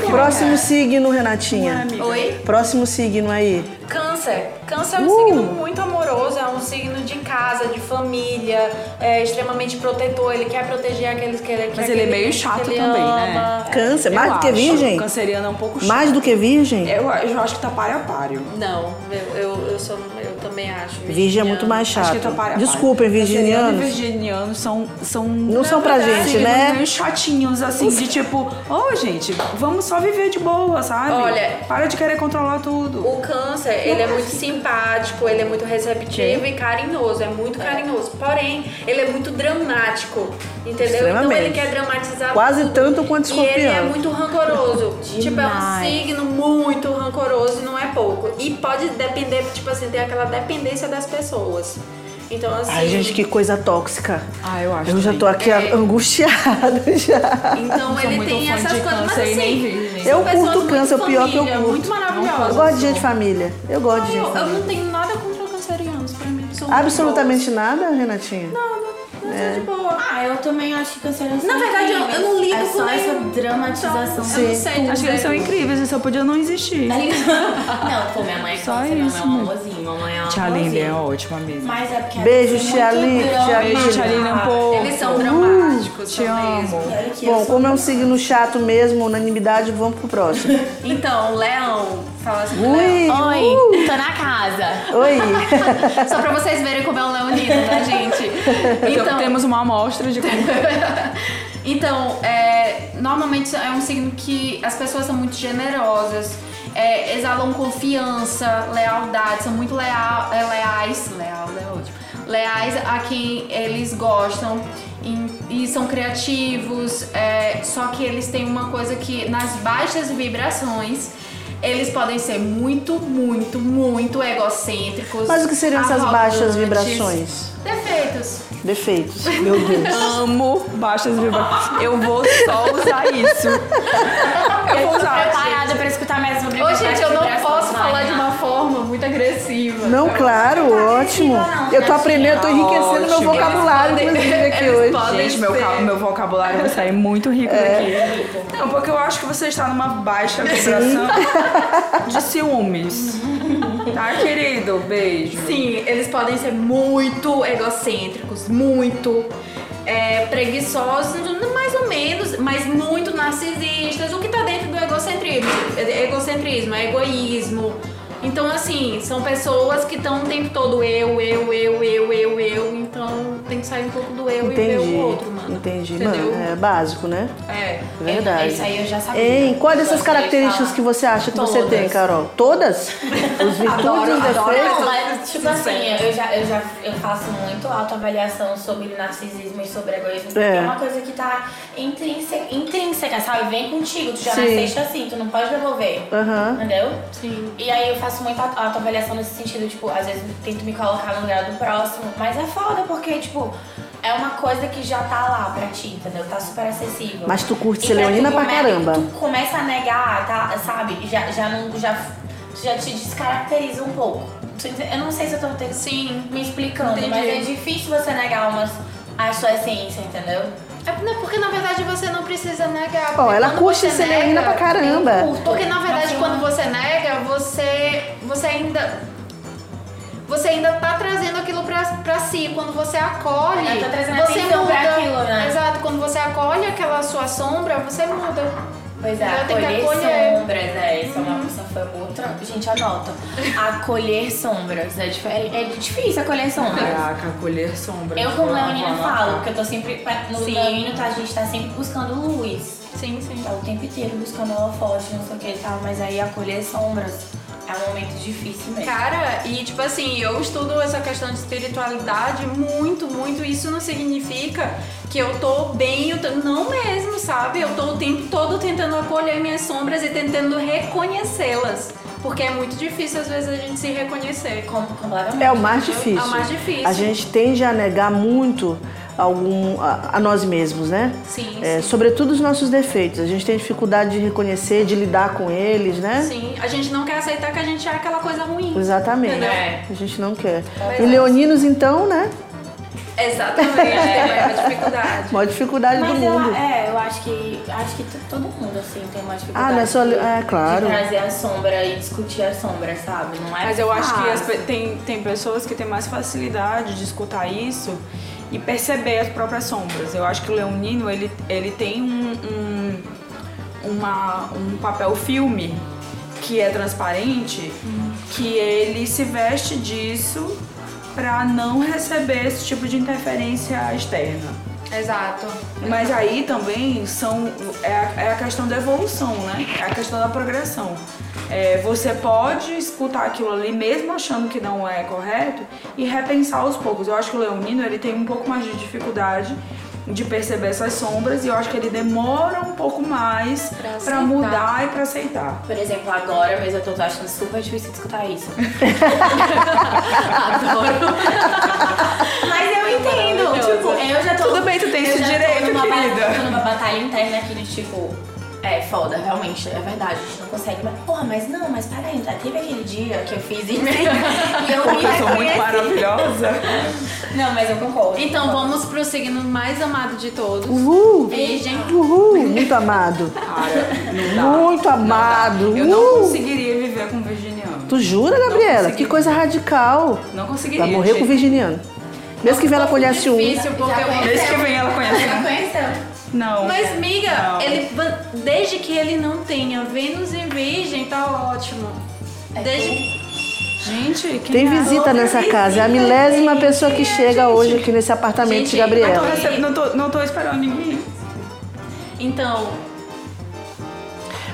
Próximo signo,
é,
Renatinha.
Oi?
Próximo signo aí.
Câncer. Câncer é um
Uh!
signo muito amoroso, é um signo de casa, de família, é extremamente protetor, ele quer proteger aqueles que ele que
Mas ele é
aquele
meio
que
chato
ele
também, né?
ama.
Câncer, mais
Eu
do que
acho.
virgem?
Canceriano é um pouco chato.
Mais do que
É
virgem?
Eu, eu acho que tá páreo a páreo.
Não, eu, eu, eu, sou, eu também acho.
Virgem é muito mais
Acho
chato.
que tá páreo a
Desculpem,
páreo. Canceriano
virginianos.
e virginiano são. são
Não são pra gente,
signos
né?
meio chatinhos, assim, de tipo, ô gente, vamos só viver de boa, sabe?
Olha-
Para de querer controlar tudo.
O câncer, ele é muito simpático, ele é muito receptivo e carinhoso, é muito carinhoso. Porém, ele é muito dramático, entendeu? Então
Extremamente.
ele quer dramatizar
Quase
tudo.
tanto quanto
E ele é
escorpião.
muito rancoroso. tipo, é um
Demais.
signo muito rancoroso, não é pouco. E pode depender, tipo assim, tem aquela dependência das pessoas. Então, assim...
Ai, gente, que coisa tóxica.
Ah, eu acho
Eu já tô
também.
aqui
É.
angustiada já.
Então
Não sou
ele
muito
tem
fã
essas
de
coisas, mas
câncer e nem
assim...
virgem.
são
Eu
pessoas
curto
muito
câncer, o pior é que eu
família,
curto.
Muito
Eu
maravilhosa.
gosto de gente de família. Eu gosto de
Eu,
gente de
eu
família.
não tenho nada contra cancerianos, pra mim. São
Absolutamente nada, Renatinha? Não.
boas. Eu
É.
sou de boa.
Ah, eu também acho que cancerianos
Na
são
verdade, eu-
incríveis.
eu não ligo
É
com
só essa
nenhum.
dramatização.
Então, eu não sei.
Acho que eles são incríveis, eles só podiam não existir.
não, pô, minha mãe é
Só
câncer, minha mãe é
isso,
um
né?
amorzinho, mamãe é um
Tia Linda é
amorzinho.
ótima, amiga.
Mas é porque
Beijo,
é muito
tia Lin- tia
drama.
Beijo, Tia Linda, um pouco.
Eles são dramáticos,
Te
são mesmo.
amo.
Olha que eu
Bom,
sou-
como é um signo chato mesmo, unanimidade, vamos pro próximo.
Então, Leão, fala assim, Leão.
Ui! uh,
Oi, tô Tá na casa.
Oi!
Só pra vocês verem como é um leonino, tá, gente?
Então, temos uma amostra de como
Então, é, normalmente é um signo que as pessoas são muito generosas, é, exalam confiança, lealdade, são muito leal, é, leais, leal, é ótimo, leais a quem eles gostam e, e são criativos, é, só que eles têm uma coisa que nas baixas vibrações eles podem ser muito, muito, muito egocêntricos.
Mas o que seriam essas
arrogantes,
baixas vibrações?
Defeitos.
Defeitos. Meu Deus.
amo baixas vibrações. Eu vou só usar isso. Eu vou
tô
usar.
preparada pra escutar mais sobre
Ô, gente, eu não
vibrações
posso
online.
falar de uma forma muito agressiva.
Não, claro, ótimo.
não,
Eu tô
tá
aprendendo, eu tô enriquecendo meu
ótimo.
vocabulário, inclusive, aqui
eles
hoje.
podem
Gente, meu,
ser.
ca- meu vocabulário vai sair muito rico daqui. É. Não, porque eu acho que você está numa baixa vibração de ciúmes. Tá, querido? Beijo.
Sim, eles podem ser muito egocêntricos, muito é, preguiçosos, mais ou menos, mas muito narcisistas. O que tá dentro do egocentrismo? É- Egocentrismo, é egoísmo. Então, assim, são pessoas que estão o tempo todo eu, eu, eu, eu, eu, eu. Então, tem que sair um pouco do eu e ver
Entendi.
o outro, mano.
Entendi.
Entendeu?
Mano, é básico, né?
É.
Verdade.
Isso aí eu já sabia.
Hein, qual dessas
Gostei de
características
falar.
que você acha que você tem,
Todas.
Carol? Todas? Os virtudes, os defeitos?
Não, mas tipo assim, eu já, eu já eu faço muito autoavaliação sobre narcisismo e sobre egoísmo, porque
É.
é, uma coisa que tá intrínseca, intrínseca, sabe? Vem contigo, tu já
Sim.
nasceste assim, tu não pode devolver.
Aham.
Entendeu?
Sim.
E aí eu faço muita auto- autoavaliação nesse sentido, tipo, às vezes tento me colocar no lugar do próximo, mas é foda porque, tipo, é uma coisa que já tá lá pra ti, entendeu? Tá super acessível. Então,
Mas tu curte
E
ser
aí tu
leonina pra
come-
caramba.
Tu começa a negar, tá, sabe? Já, já não. Já, tu já te descaracteriza um pouco. Tu ente- Eu não sei se eu tô te-
Sim.
me explicando,
Entendi.
mas é difícil você negar umas, a sua essência, entendeu?
É por- porque na verdade você não precisa negar.
Ó,
porque
ela
quando
curte
você
ser leonina pra
nega-
caramba.
Porque na verdade
Mas-
quando você nega, você você ainda você ainda tá trazendo aquilo pra, pra si. Quando você acolhe,
Eu tô tá trazendo
você
atenção
muda.
pra aquilo, né?
Exato, quando você acolhe aquela sua sombra, você muda.
Pois é,
Eu tenho que
acolher
acolher.
sombras, é, isso é uma pessoa foi outra. Gente, anota. Acolher sombras, é, dife- é difícil acolher sombras.
Caraca, colher sombra.
Eu como
Vou-
Leonina
vou
falo,
anotar.
porque eu tô sempre. No
Sim.
Leonino tá, a gente tá sempre buscando luz.
Sim, sim.
Tá o tempo inteiro buscando holofote, não sei o que e tal, mas aí acolher sombras é um momento difícil mesmo.
Cara, e tipo assim, eu estudo essa questão de espiritualidade muito, muito. e Isso não significa que eu tô bem, eu tô... não mesmo, sabe? Eu tô o tempo todo tentando acolher minhas sombras e tentando reconhecê-las. Porque é muito difícil às vezes a gente se reconhecer. assim?
Com- completamente.
É o mais difícil.
É o mais difícil.
A gente tende a negar muito algum, a, a nós mesmos, né?
Sim,
É,
sim.
sobretudo os nossos defeitos. A gente tem dificuldade de reconhecer, de lidar com eles, né?
Sim, a gente não quer aceitar que a gente é aquela coisa ruim.
Exatamente.
Entendeu?
A gente não quer.
Pois
E
é.
leoninos, então, né?
Exatamente, tem mais dificuldade.
Maior dificuldade do
Mas eu,
mundo.
é, eu acho que acho que t- todo mundo assim tem uma dificuldade.
Ah, não é só-
de-
é, claro.
De trazer a sombra e discutir a sombra, sabe? Não é
Mas eu acho que
fácil.
as pe- tem, tem pessoas que têm mais facilidade de escutar isso e perceber as próprias sombras. Eu acho que o Leonino, ele, ele tem um, um, uma- um papel filme que é transparente, que ele se veste disso pra não receber esse tipo de interferência externa.
Exato.
Mas aí também são, é, a, é a questão da evolução, né? É a questão da progressão. É, você pode escutar aquilo ali, mesmo achando que não é correto, e repensar aos poucos. Eu acho que o Leonino ele tem um pouco mais de dificuldade de perceber essas sombras e eu acho que ele demora um pouco mais pra
aceitar.
mudar e pra aceitar.
Por exemplo, agora mesmo eu tô achando super difícil escutar isso. Adoro. Mas eu entendo. Tipo, eu já tô.
Tudo bem, tu tem
eu
esse
já tô
direito,
numa ba-
querida.
Tô numa batalha interna aqui de tipo. É foda, realmente, é verdade, a gente não consegue. Mas, porra, mas não, mas peraí, já teve aquele dia que eu fiz isso e eu me
Porque eu sou muito
reconheci.
maravilhosa.
Não, mas eu concordo.
Então vamos pro signo mais amado de todos.
Uhul!
Virgem.
Uhul! Muito amado.
Cara, não dá.
Muito amado. Uh!
Eu não
Uhul.
conseguiria viver com virginiano.
Tu jura, Gabriela? Que
consegui.
coisa radical.
Não conseguiria.
Vai morrer com o
gente.
virginiano. Mesmo que ela conhece um.
Difícil, porque eu-
conhece.
Desde que vem ela conhece.
Já conheceu?
Não.
Mas, miga,
Não.
ele, va- desde que ele não tenha Vênus em Virgem, tá ótimo. Desde que...
Gente,
Tem
quem é?
visita nessa casa. É a milésima pessoa que chega hoje aqui nesse apartamento de
Gente,
Não tô,
Gabriela.
receb- não, tô, não tô esperando ninguém.
Então,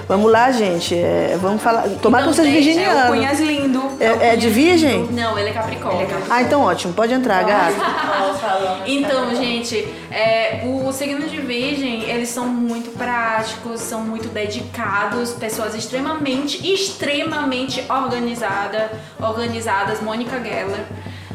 Vamos lá, gente. É, vamos falar. Tomar com
Então,
seus
tem-
É o
virginianos.
Cunhas lindo.
É, é de virgem?
não, ele é Capricórnio.
Ah, então ótimo. Pode entrar, gata.
Ó, falando.
Então, gente, é, o signo de virgem, eles são muito práticos, são muito dedicados, pessoas extremamente, extremamente organizada, organizadas, Mônica Geller.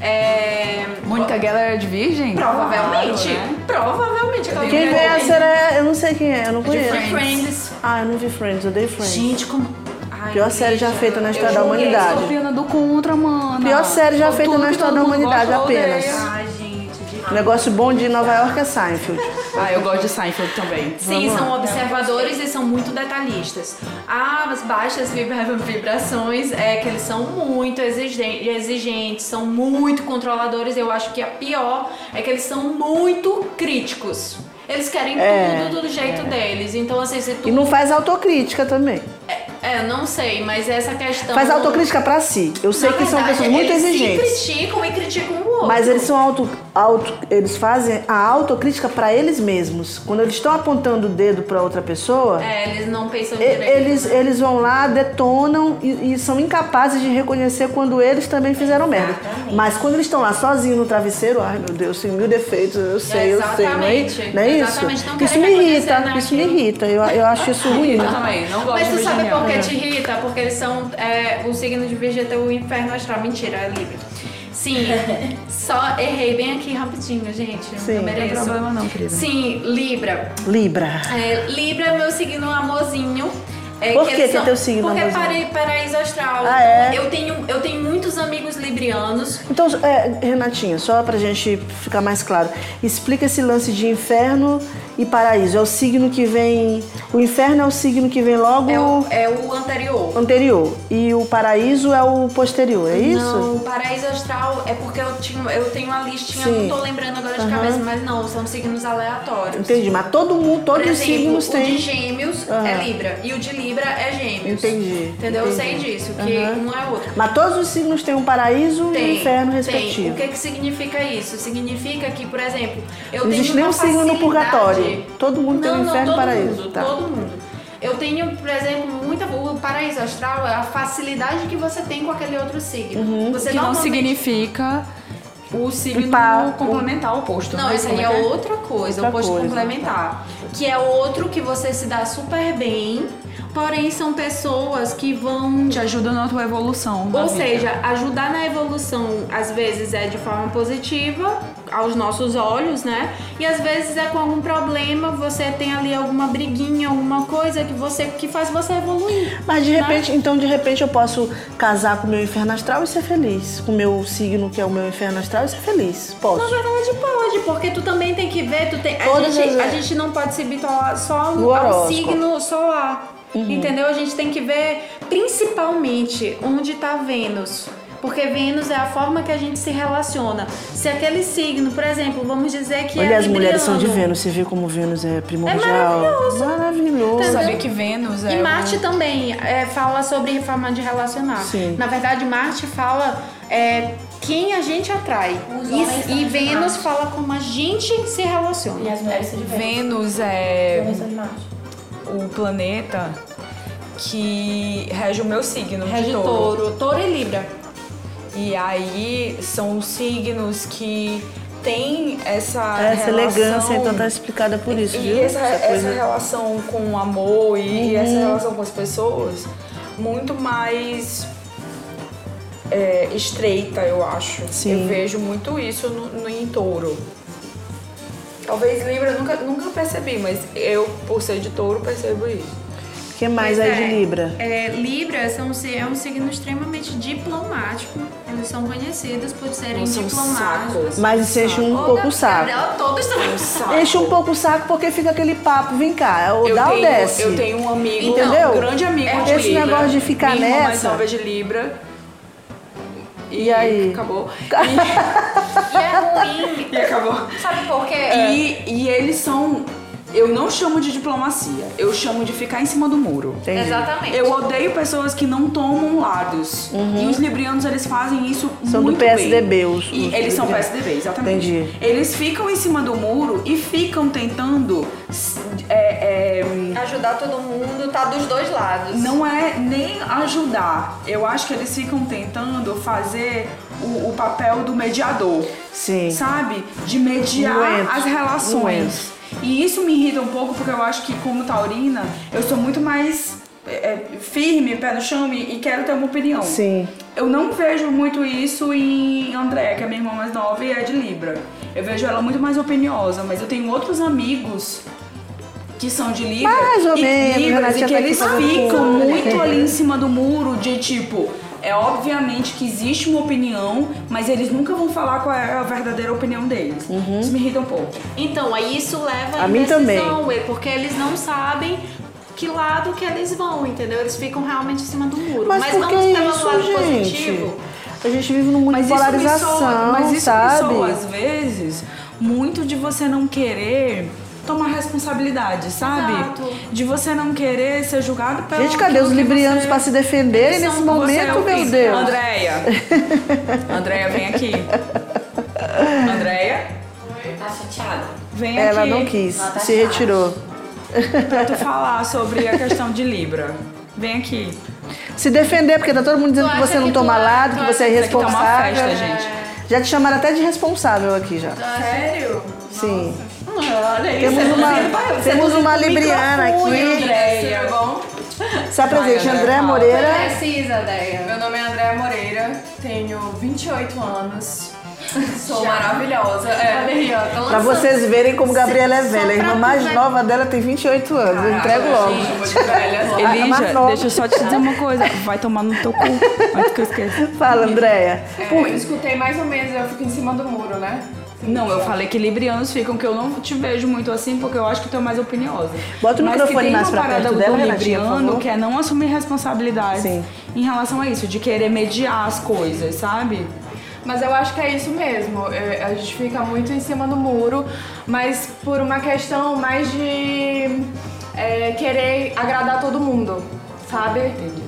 É,
Mônica Geller era de virgem?
Provavelmente.
Claro, né?
Provavelmente. ela
Quem
tem
vê
um
essa era. Eu não sei quem é, eu não
de
conheço.
Friends.
Ah, eu não vi Friends, eu dei Friends.
Gente, como. Ai,
Pior série já
gente,
feita na
eu
história da
julguei.
humanidade.
Sofrendo do contra, mano.
Pior série já
Tudo
feita na
que
história
todo
da
mundo
humanidade
gosta, eu odeio.
apenas.
Ai, gente. de-
O negócio bom de Nova York é Seinfeld.
Ah, eu gosto de Seinfeld também.
Sim, são observadores e são muito detalhistas. As baixas vibra- vibrações é que eles são muito exigen- exigentes, são muito controladores. Eu acho que a pior é que eles são muito críticos. Eles querem
É,
tudo do jeito deles. Então, assim, se tu.
E não faz autocrítica também.
É, não sei, mas essa questão.
Faz autocrítica pra si. Eu sei
Então, Na
que são
verdade,
pessoas muito
eles
exigentes.
Se criticam e criticam o outro.
Mas eles são auto, auto eles fazem a autocrítica pra eles mesmos. Quando eles estão apontando o dedo pra outra pessoa,
É, né? eles não pensam
e-
direito.
eles eles vão lá, detonam e, e são incapazes de reconhecer quando eles também fizeram merda. Mas quando eles estão lá sozinhos no travesseiro, ai meu Deus, tem mil defeitos, eu sei, eu sei, não é,
Exatamente.
não é isso?
Exatamente, não
Isso
querem
me irrita,
reconhecer
isso me
naquilo.
irrita. Eu, eu acho isso ruim.
Eu também, não gosto
Mas
de
tu sabe
virgem, não.
é
por que te irrita? Porque eles são. é, o signo de Virgem é o inferno astral. Mentira, é livre. Sim, só errei bem aqui rapidinho, gente.
Sim,
eu
não tem
mereço.
problema não, querida.
Sim, Libra.
Libra.
É, Libra é meu signo amorzinho. É,
Por que
eles
que é
são-
teu signo
Porque é
amorzinho?
para- paraíso astral. Então,
Ah, é?
eu, tenho, eu tenho muitos amigos librianos.
Então, é, Renatinha, só pra gente ficar mais claro, explica esse lance de inferno e paraíso. É o signo que vem. O inferno é o signo que vem logo
É o, é o anterior.
anterior. E o paraíso é o posterior, é
Não,
isso?
o paraíso astral é porque eu, tinha, eu tenho uma listinha,
Sim.
não tô lembrando agora de
Aham.
cabeça, mas não, são signos aleatórios.
Entendi, mas todo mundo, todos
Por
os
exemplo,
signos
o de
têm.
gêmeos
Aham.
é Libra e o de Libra é gêmeos.
Entendi,
Entendeu? Eu sei
entendi.
disso, que
Aham.
um é o outro.
Mas todos os signos têm um paraíso e um inferno
tem.
respectivo.
O que, que significa isso? Significa que, por exemplo, eu
Não
tenho
existe nenhum
uma
signo no
facilidade-
purgatório. Todo mundo tem um
Não, não,
inferno e
todo
paraíso.
mundo,
tá.
Todo mundo.
Eu tenho, por exemplo, muita. O paraíso astral é a facilidade que você tem com aquele outro signo.
Uhum.
Você
Que não
normalmente-
significa o signo
Pa-
complementar oposto.
Não,
né?
isso aí
Como
é
que
outra coisa,
Outra
o posto
coisa. tá.
complementar. Que é outro que você se dá super bem, porém são pessoas que vão
Te ajuda na tua evolução. na
Ou
vida.
seja, ajudar na evolução às vezes é de forma positiva aos nossos olhos, né? E às vezes é com algum problema, você tem ali alguma briguinha, alguma coisa que você que faz você evoluir.
Mas de repente, então de repente eu posso casar com o meu inferno astral e ser feliz. Com o meu signo, que é o meu inferno astral, e ser feliz. Posso.
Na verdade pode, porque tu também tem que ver, tu tem, a,
Todas as-
gente, a gente não pode se bitolar só
No
no ao
horóscopo. Uhum.
signo solar. Entendeu? A gente tem que ver principalmente onde tá Vênus. Porque Vênus é a forma que a gente se relaciona. Se aquele signo, por exemplo, vamos dizer que é
Olha, as mulheres são de
libriano.
Vênus, você vê como Vênus é primordial.
maravilhoso.
Maravilhoso.
Tá
Saber que Vênus é.
E
o-
Marte também é, fala sobre forma de relacionar.
Sim.
Na verdade, Marte fala é, quem a gente atrai.
Os homens são
E, e
de
Vênus
Marte.
fala como a gente se
E
relaciona.
as mulheres são de Vênus.
Vênus
Os
é
homens são de Marte.
o planeta que rege o meu signo. de
Rege
touro.
touro, touro e libra.
E aí são os signos que têm essa.
Essa
relação-
elegância, então, tá explicada por isso,
E
viu?
essa,
Essa coisa. Uhum.
essa relação com o amor e essa relação com as pessoas muito mais é, estreita, eu acho.
Sim.
Eu vejo muito isso no, no- em touro. Talvez Libra eu nunca, nunca percebi, mas eu, por ser de touro, percebo isso.
O que mais aí
Pois
de
é.
Libra?
É, Libra são, si- é um signo extremamente diplomático. Eles são conhecidos por serem
Nossa, um saco.
diplomáticos.
Mas isso enche um pouco o saco.
Gabriela, todos são
Um saco.
Enche um pouco o saco porque fica aquele papo, vem cá, é ou
Eu
dá ou
tenho,
desce.
Eu tenho um amigo,
Entendeu?
um grande amigo
É
de
esse
Libra.
negócio de ficar
Minha irmã mais
nessa.
nova é de Libra. E,
E aí?
Acabou.
E é ruim.
E acabou.
Sabe por quê?
E, e eles são. Eu não chamo de diplomacia, eu chamo de ficar em cima do muro.
Entendi.
Exatamente.
Eu odeio pessoas que não tomam lados. E os librianos, eles fazem isso
Uhum. São do
muito
PSDB
bem.
os- os
E eles são
librianos.
PSDB, exatamente.
Entendi.
Eles ficam em cima do muro e ficam tentando... s- é, é,
Ajudar todo mundo tá dos dois lados.
não é nem ajudar. Eu acho que eles ficam tentando fazer o, o papel do mediador.
Sim.
Sabe? De mediar
Doente.
as relações.
Doente.
E isso me irrita um pouco porque eu acho que, como taurina, eu sou muito mais é, é, firme, pé no chão e, e quero ter uma opinião.
Sim.
Eu não vejo muito isso em André, que é minha irmã mais nova e é de Libra. Eu vejo ela muito mais opiniosa, mas eu tenho outros amigos que são de Libra
Mais ou
e
menos, Renatinha
Libras, e que
tá aqui
eles
fazendo
ficam
curva.
muito ali em cima do muro de tipo. É obviamente que existe uma opinião, mas eles nunca vão falar qual é a verdadeira opinião deles.
Uhum.
Isso me irrita um pouco.
Então, aí isso leva
A mim
indecisão, ué, porque eles não sabem que lado que eles vão, entendeu? Eles ficam realmente em cima do muro.
Mas, por que
vamos pelo
isso,
lado
gente?
positivo.
A gente vive num mundo
Mas
de
isso me
polarização,
soa, mas isso
sabe?
me soa, assim, às vezes, muito de você não querer tomar responsabilidade, sabe?
Exato.
De você não querer ser julgado pelo
Gente, cadê
aquilo
os
que
librianos
você-
pra se defenderem
Eles
nesse
são- você é
momento,
o
meu
Pix.
Deus?
Andréia. Andréia, vem aqui. Andréia,
Tá chateada?
vem
Ela
aqui
não quis,
Ela tá
se
chata.
retirou.
pra tu falar sobre a questão de Libra. Vem aqui.
Se defender, porque tá todo mundo dizendo
Tu
que
acha
você não
que
toma
tu-
lado,
tu
que você é
Isso aqui tá uma
responsável.
festa, gente.
Já te chamaram até de responsável aqui já.
Sério?
Sim.
Olha aí,
Temos
você
uma,
não vai- é você
temos
não
uma
tem
libriana
microfone,
aqui.
Andréia. Tudo bom?
Se apresente,
Vai, André,
André
fala.
Moreira.
Precisa, Deia.
Meu nome é Andréa Moreira, tenho 28 anos, sou maravilhosa. É.
Olha aí, ó. Tá
Pra
lançando.
vocês verem como Gabriela é
só
velha. A irmã
pra tu
mais
ver.
nova dela tem 28 anos. Eu entrego
logo.
logo. a mais
Elija,
nova.
deixa eu só te dizer uma coisa. Vai tomar no teu cu antes que eu esqueça.
Fala, Andréia. É, Por-
É, eu escutei mais ou menos, eu fico em cima do muro, né?
Não, eu falei que librianos ficam, que eu não te vejo muito assim, porque eu acho que tu é mais opiniosa.
Bota o
Mas
microfone
que tem
mais
uma
pra
parada
perto
do
dela, Renatinha, por
libriano
favor.
que é não assumir responsabilidade
Sim.
em relação a isso, de querer mediar as coisas, sabe?
Mas eu acho que é isso mesmo. é, A gente fica muito em cima do muro, mas por uma questão mais de é, querer agradar todo mundo, sabe? De-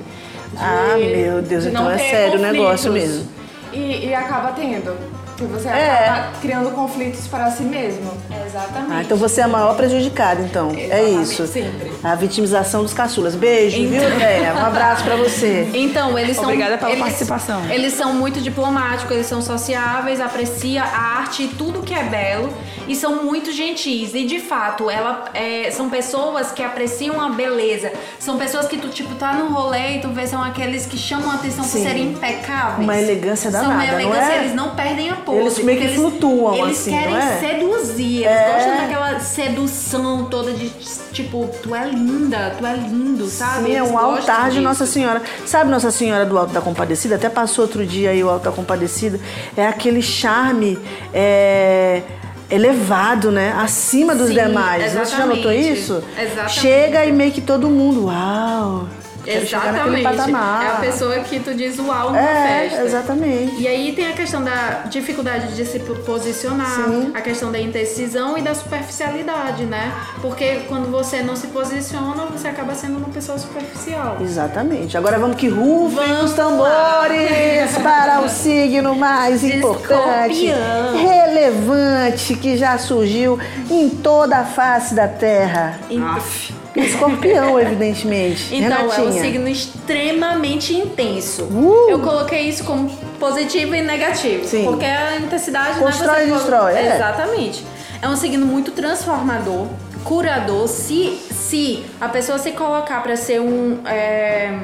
Ah, meu Deus,
de
então
não
é
ter
sério o negócio
conflitos.
mesmo.
E, e acaba tendo. Porque você
É.
acaba criando conflitos para si mesmo.
Exatamente.
Ah, então você é a maior prejudicada, então. é isso.
sempre.
A vitimização dos caçulas. Beijo, viu, Andréia? Um abraço pra você.
Então, eles são.
Obrigada pela
eles-
participação.
Eles são muito diplomáticos, eles são sociáveis, aprecia a arte e tudo que é belo e são muito gentis. E de fato, ela é, são pessoas que apreciam a beleza. São pessoas que tu, tipo, tá no rolê e tu vê, são aqueles que chamam a atenção
Sim.
por serem impecáveis.
Uma elegância
São
danada,
uma elegância,
não é?
eles não perdem a pose.
Eles meio que
porque
flutuam,
Eles
assim,
querem
não é?
seduzir, eles
É.
gostam daquela sedução toda de tipo, tu é linda, tu é lindo, sabe?
Sim, é
Eles
um
gostam
altar de
disso.
Nossa Senhora. Sabe Nossa Senhora do Alto da Compadecida? Até passou outro dia aí o Alto da Compadecida. É aquele charme é, elevado, né? Acima dos
Sim,
demais. Você já notou
exatamente.
isso?
Exatamente.
Chega e meio que todo mundo, uau! quero chegar naquele
Exatamente.
patamar.
É a pessoa que tu diz uau numa
É,
festa.
exatamente.
E aí tem a questão da dificuldade de se posicionar,
Sim.
a questão da indecisão e da superficialidade, né? Porque quando você não se posiciona, você acaba sendo uma pessoa superficial.
Exatamente. Agora vamos que rufem os tambores para o signo mais importante,
Escorpião.
relevante que já surgiu em toda a face da Terra.
Aff.
Escorpião, evidentemente.
Então,
Renatinha.
é um signo extremamente intenso.
Uh!
Eu coloquei isso como positivo e negativo.
Sim.
Porque é a intensidade
Constrói
né,
e
você-
destrói, é.
Exatamente. É um signo muito transformador, curador. Se, se a pessoa se colocar pra ser um. é,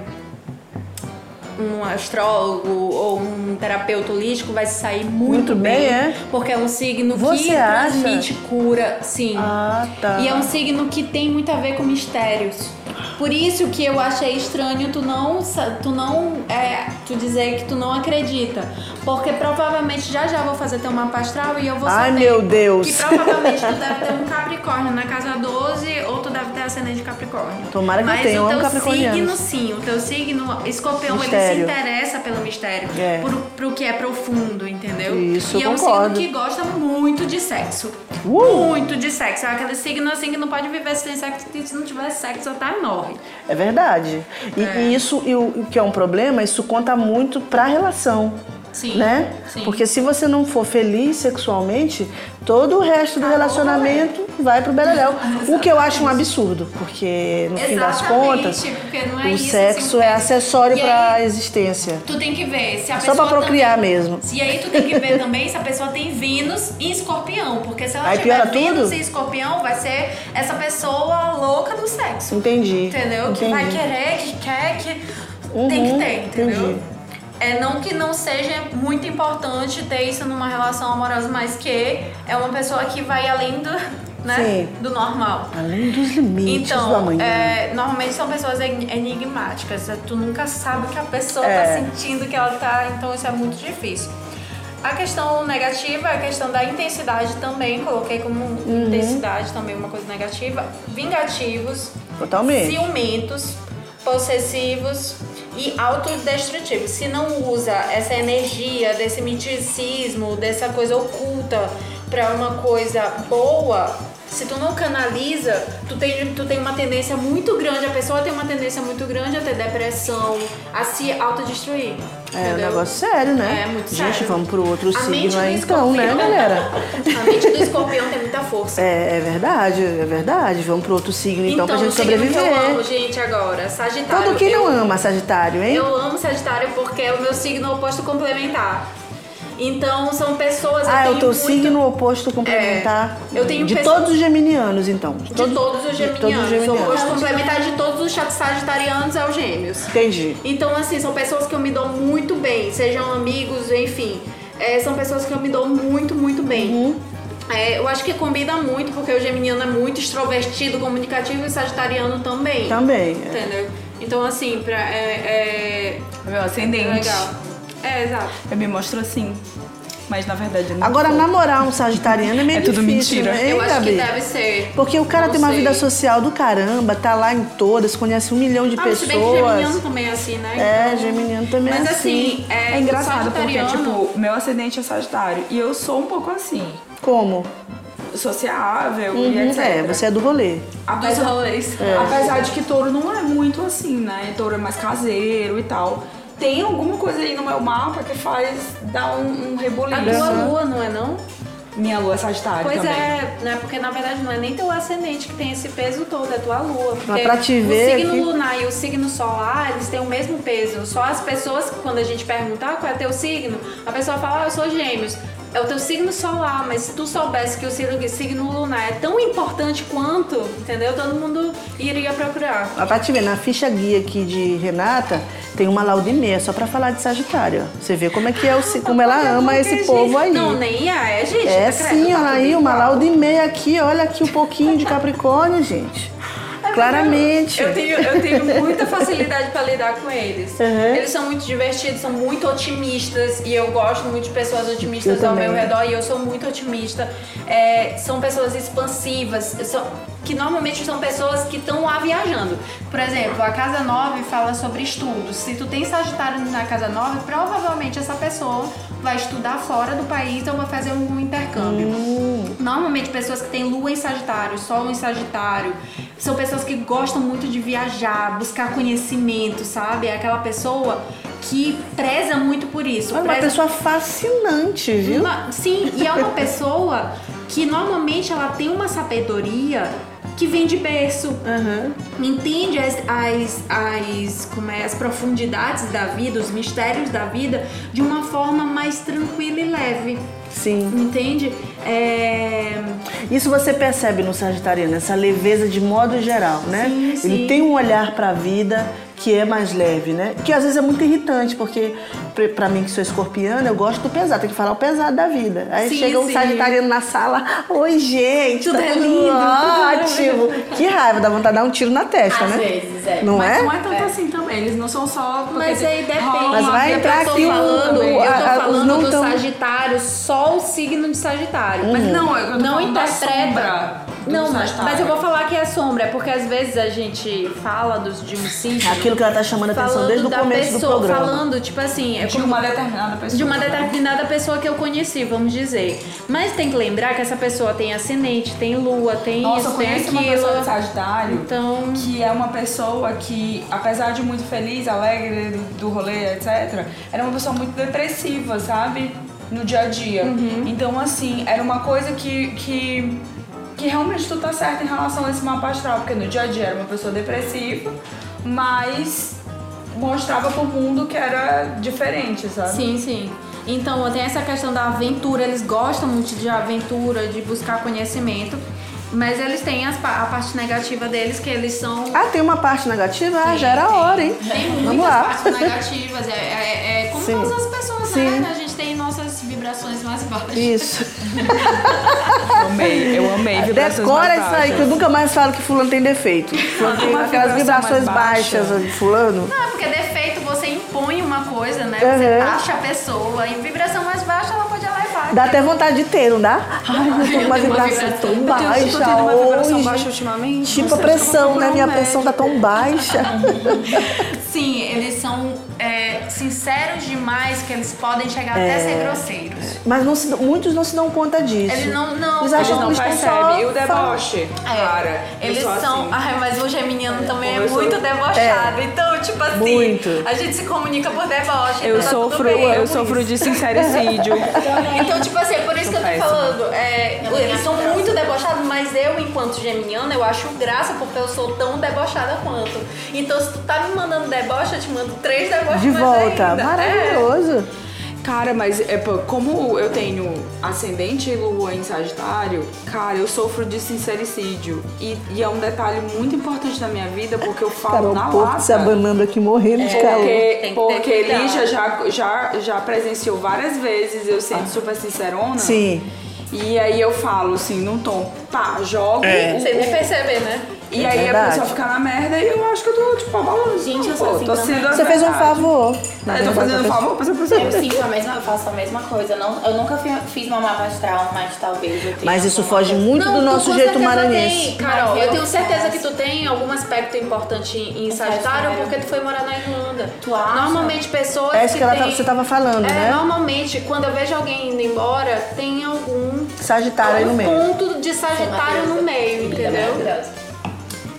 um astrólogo ou um terapeuta holístico vai se sair
Muito
muito,
bem, é?
Porque é um signo
Você
que
acha?
transmite cura, sim.
Ah, tá.
E é um signo que tem muito a ver com mistérios. Por isso que eu achei estranho tu não, sa- tu não, é, tu dizer que tu não acredita, porque provavelmente já já eu vou fazer teu mapa astral e eu vou
Ai,
saber
meu Deus.
que provavelmente tu deve ter um Capricórnio na casa 12 ou tu deve ter ascendente Capricórnio.
Tomara que eu
Mas
tenha, um eu
o
amo
teu
capricornianos.
signo, sim, o teu signo Escorpião
Mistério.
ele se interessa pelo mistério,
É.
por, pro que é profundo, entendeu?
Isso,
e
eu
é um
concordo.
signo que gosta muito de sexo.
Uh!
Muito de sexo. É aquele signo assim que não pode viver sem sexo, porque se não tiver sexo até morre.
É verdade. E, e isso, e o, o que é um problema, isso conta muito pra relação.
Sim,
né?
sim.
Porque se você não for feliz sexualmente, todo o resto
Ah,
do relacionamento vai pro beleléu. O que eu acho um absurdo, porque no fim das
Exatamente,
contas,
porque não é
o
isso,
sexo
assim,
é acessório
E
pra
aí-
existência.
Tu tem que ver se a
Só
pessoa.
pra procriar
também-
mesmo.
E aí tu tem que ver também se a pessoa tem Vênus e escorpião. Porque se ela
Aí
tiver
piora tudo?
Vênus e escorpião, vai ser essa pessoa louca do sexo.
Entendi.
Entendeu? Que é.
Entendi.
vai querer, que quer, que.
Uhum,
tem que ter, entendeu?
entendi.
É não que não seja muito importante ter isso numa relação amorosa, mas que é uma pessoa que vai além do, né,
Sim.
do normal.
Além dos limites né? do
Então,
amanhã.
é, normalmente são pessoas en- enigmáticas. É, Tu nunca sabe o que a pessoa
É.
tá sentindo, o que ela tá. Então, isso é muito difícil. A questão negativa é a questão da intensidade também. Coloquei como
Uhum.
intensidade também uma coisa negativa. Vingativos,
Totalmente. É
ciumentos, possessivos e autodestrutivos. Se não usa essa energia desse miticismo, dessa coisa oculta pra uma coisa boa, se tu não canaliza, tu tem, tu tem uma tendência muito grande, a pessoa tem uma tendência muito grande a ter depressão, a se autodestruir.
É um
entendeu?
negócio sério, né?
É, muito
Gente,
sério.
vamos pro outro
A mente
signo
do
aí então, né,
escorpião.
galera?
A mente do escorpião tem muita força.
É, é verdade, é verdade. Vamos pro outro signo então, pra gente
o signo
sobreviver.
Que eu amo, gente, agora. Sagitário.
Todo quem
eu
não ama Sagitário, hein?
Eu amo Sagitário porque é o meu signo oposto complementar. Então são pessoas.
ah, é o
eu tenho
teu
muito-
signo oposto complementar.
É, eu tenho
de
pessoa-
todos os geminianos, então.
De todos
de
os geminianos.
todos os
O
geminianos.
oposto complementar de todos os sagitarianos é os gêmeos.
Entendi.
Então, assim, são pessoas que eu me dou muito bem, sejam amigos, enfim. É, são pessoas que eu me dou muito, muito bem.
Uhum,
É, eu acho que combina muito, porque o geminiano é muito extrovertido, comunicativo e o sagitariano também.
Também. é.
Entendeu? Então, assim, pra, é,
É meu
é
ascendente.
legal. É, exato.
Eu me mostro assim. Mas na verdade eu não.
Agora,
sou.
namorar um sagitariano é meio
É tudo
difícil,
mentira.
né?
Eu
Hein,
acho
Gabi?
que deve ser.
Porque o cara
Não
tem uma
sei.
vida social do caramba, tá lá em todas, conhece um milhão de
Ah, mas se bem que geminiano
pessoas.
também é assim, né?
É,
Então,
geminiano também
Mas
é assim.
assim, é,
É
o
engraçado porque,
sagitariano-
tipo, meu ascendente é Sagitário. E eu sou um pouco assim.
Como?
Sociável e
Uhum,
etc.
é, você é do rolê.
Apesar, É. apesar de que touro não é muito assim, né? Touro é mais caseiro e tal. Tem alguma coisa aí no meu mapa que faz dar um, um
A
reboliço.
tua
Uhum.
lua, não é não?
Minha lua é Sagitário
Pois
também.
é, né? Porque na verdade não é nem teu ascendente que tem esse peso todo, é tua lua. Porque
pra te ver
O signo
aqui-
lunar e o signo solar, eles têm o mesmo peso. Só as pessoas, que quando a gente pergunta "Ah, qual é teu signo, a pessoa fala, ah, eu sou gêmeos. É o teu signo solar, mas se tu soubesse que o signo- signo lunar é tão importante quanto, entendeu? Todo mundo iria procurar.
Ó, Pra te ver, na ficha guia aqui de Renata, tem uma lauda e meia só pra falar de Sagitário. ó. Você vê como é que é, o, si- como ela ama esse povo aí.
Não, nem é, é, gente.
É
tá
sim, olha aí, uma lauda e meia aqui, olha aqui um pouquinho de Capricórnio, gente. Claramente.
É Eu tenho, eu tenho muita facilidade pra lidar com eles. Eles são muito divertidos, são muito otimistas e eu gosto muito de pessoas otimistas
Eu
ao meu
também.
redor e eu sou muito otimista. É, são pessoas expansivas, são- que normalmente são pessoas que estão lá viajando. Por exemplo, a Casa 9 fala sobre estudos. Se tu tem Sagitário na Casa 9, provavelmente essa pessoa vai estudar fora do país ou vai fazer um intercâmbio. Normalmente pessoas que têm lua em Sagitário, sol em Sagitário, são pessoas que gostam muito de viajar, buscar conhecimento, sabe? É aquela pessoa que preza muito por isso.
Olha, uma
preza-
pessoa fascinante, viu?
Uma- Sim, e é uma pessoa que normalmente ela tem uma sabedoria que vem de berço. Entende as, as, as, como é, as profundidades da vida, os mistérios da vida, de uma forma mais tranquila e leve.
Sim.
Entende? É...
Isso você percebe no Sagitariano, essa leveza de modo geral, né?
Sim,
Ele
sim.
tem um olhar pra vida que é mais leve, né? Que às vezes é muito irritante, porque pre- pra mim que sou escorpiana, eu gosto do pesado, tem que falar o pesado da vida. Aí
Sim,
chega um
sim.
Sagitariano na sala, oi gente,
Tudo
tá
é
tudo
lindo,
ótimo. Que raiva, dá vontade de dar um tiro na testa,
Às
né?
vezes, é.
Não
Mas
é?
não é tanto assim também. Eles não são só. porque
Mas
tem-
aí depende.
rola
Mas vai
eu
entrar
tô
aqui o-
falando,
o-
eu tô
a- a- os
falando
não
do
tão- Uhum.
Sagitário, só o signo de Sagitário. Mas
Não, eu tô
não
falando da
interpreta.
sombra. do
Não, mas,
Sagitário.
mas eu vou falar que é sombra, é porque às vezes a gente fala dos, de um signo.
É Aquilo que ela tá chamando a atenção
falando
desde o
da
começo
pessoa,
do programa.
Falando, tipo assim, é
de
como-
uma determinada pessoa.
de uma determinada pessoa que eu conheci, vamos dizer. Mas tem que lembrar que essa pessoa tem ascendente, tem lua, tem
Nossa, eu
isso, tem
conheço uma
aquilo.
pessoa de Sagitário
Então,
que é uma pessoa que, apesar de muito feliz, alegre do, do rolê, etc., era uma pessoa muito depressiva, sabe? No dia a dia.
Uhum.
Então, assim, era uma coisa que, que, que realmente tu tá certa em relação a esse mapa astral, porque no dia a dia era uma pessoa depressiva, mas mostrava pro mundo que era diferente, sabe?
sim, sim. Então, tem essa questão da aventura, eles gostam muito de aventura, de buscar conhecimento. Mas eles têm as pa- a parte negativa deles, que eles são
Ah, tem uma parte negativa? Ah,
Sim,
já era a
tem.
hora, hein?
Tem
Vamos
muitas
lá.
partes negativas. É, é- é como
Sim.
todas as pessoas,
Sim.
né? A gente tem nossas vibrações mais baixas.
Isso.
Eu amei, eu amei. vibrações
Decora
mais
isso aí, que eu
baixas.
nunca mais falo que fulano tem defeito. Fulano tem
Uma
aquelas
vibração
vibrações
mais baixa.
baixas de fulano.
Não, é porque defeito você impõe uma coisa, né? Você
Uhum.
taxa a pessoa. E vibração mais baixa ela pode elevar.
Dá até vontade de ter, não dá? Ai, eu tô com uma vibração tão
Eu tenho- eu tô tendo
baixa
uma vibração baixa
hoje.
ultimamente.
Tipo a
não sei, acho que eu vou
pressão,
procurar
né?
um
Minha
médico.
pressão tá tão baixa.
Sim, eles são é, sinceros
Ah,
demais que eles podem chegar
É.
até a ser grosseiros.
Mas não se- muitos não se dão conta disso.
Eles não. não
Eles acham
Eles não
Eles estão
percebem.
tá só
E o deboche,
É,
cara. eu
eles
sou
são.
assim.
Ai, mas o geminiano também é
Eu sou-
muito
É.
debochado. Então, tipo assim,
Muito.
a gente se comunica por deboche.
Eu
então tá tudo
sofro,
bem,
eu
por
sofro de sincericídio.
Então, tipo assim, é por isso que eu tô
Péssimo.
falando. é, eles são muito debochados, mas eu, enquanto geminiana, eu acho graça porque eu sou tão debochada quanto. Então, se tu tá me mandando deboche, eu te mando três
é
deboches
De
mais
volta.
ainda.
Maravilhoso.
cara, mas é, pô, como eu tenho ascendente e lua em Sagitário, cara, eu sofro de sincericídio. E, e é um detalhe muito importante na minha vida, porque eu falo
Carol
na
Porto se
lata. É.
abanando aqui, morrendo de calor.
Porque,
Tem que ter
porque
cuidado.
Lígia já, já, já presenciou várias vezes eu sendo super sincerona.
Sim.
E aí eu falo assim, num tom, pá, jogo.
É.
o-
Sem nem perceber, né?
E
É
aí a
verdade.
pessoa fica na merda e eu acho que eu tô, tipo, abalando.
Gente, eu
Pô,
sou assim
tô
também.
sendo a
Você fez um
É verdade.
favor. é
Eu tô fazendo um favor pra essa pessoa.
Eu sinto a mesma, eu faço a mesma coisa. Não, eu nunca fi- fiz uma mapa astral, mas talvez eu tenha.
Mas isso
alguma
foge muito
Não,
do
tu
nosso
com
jeito
certeza
maranhense.
tem, Carol,
Mas
eu
eu
tenho certeza que tu tem algum aspecto importante em Sagitário
Sagitário.
porque tu foi morar na Irlanda.
Tu acha?
Normalmente pessoas
É isso que ela
têm-
tá- você tava falando,
É,
né?
Normalmente, quando eu vejo alguém indo embora, tem algum
Sagitário aí no
algum
meio.
ponto de Sagitário no meio, entendeu?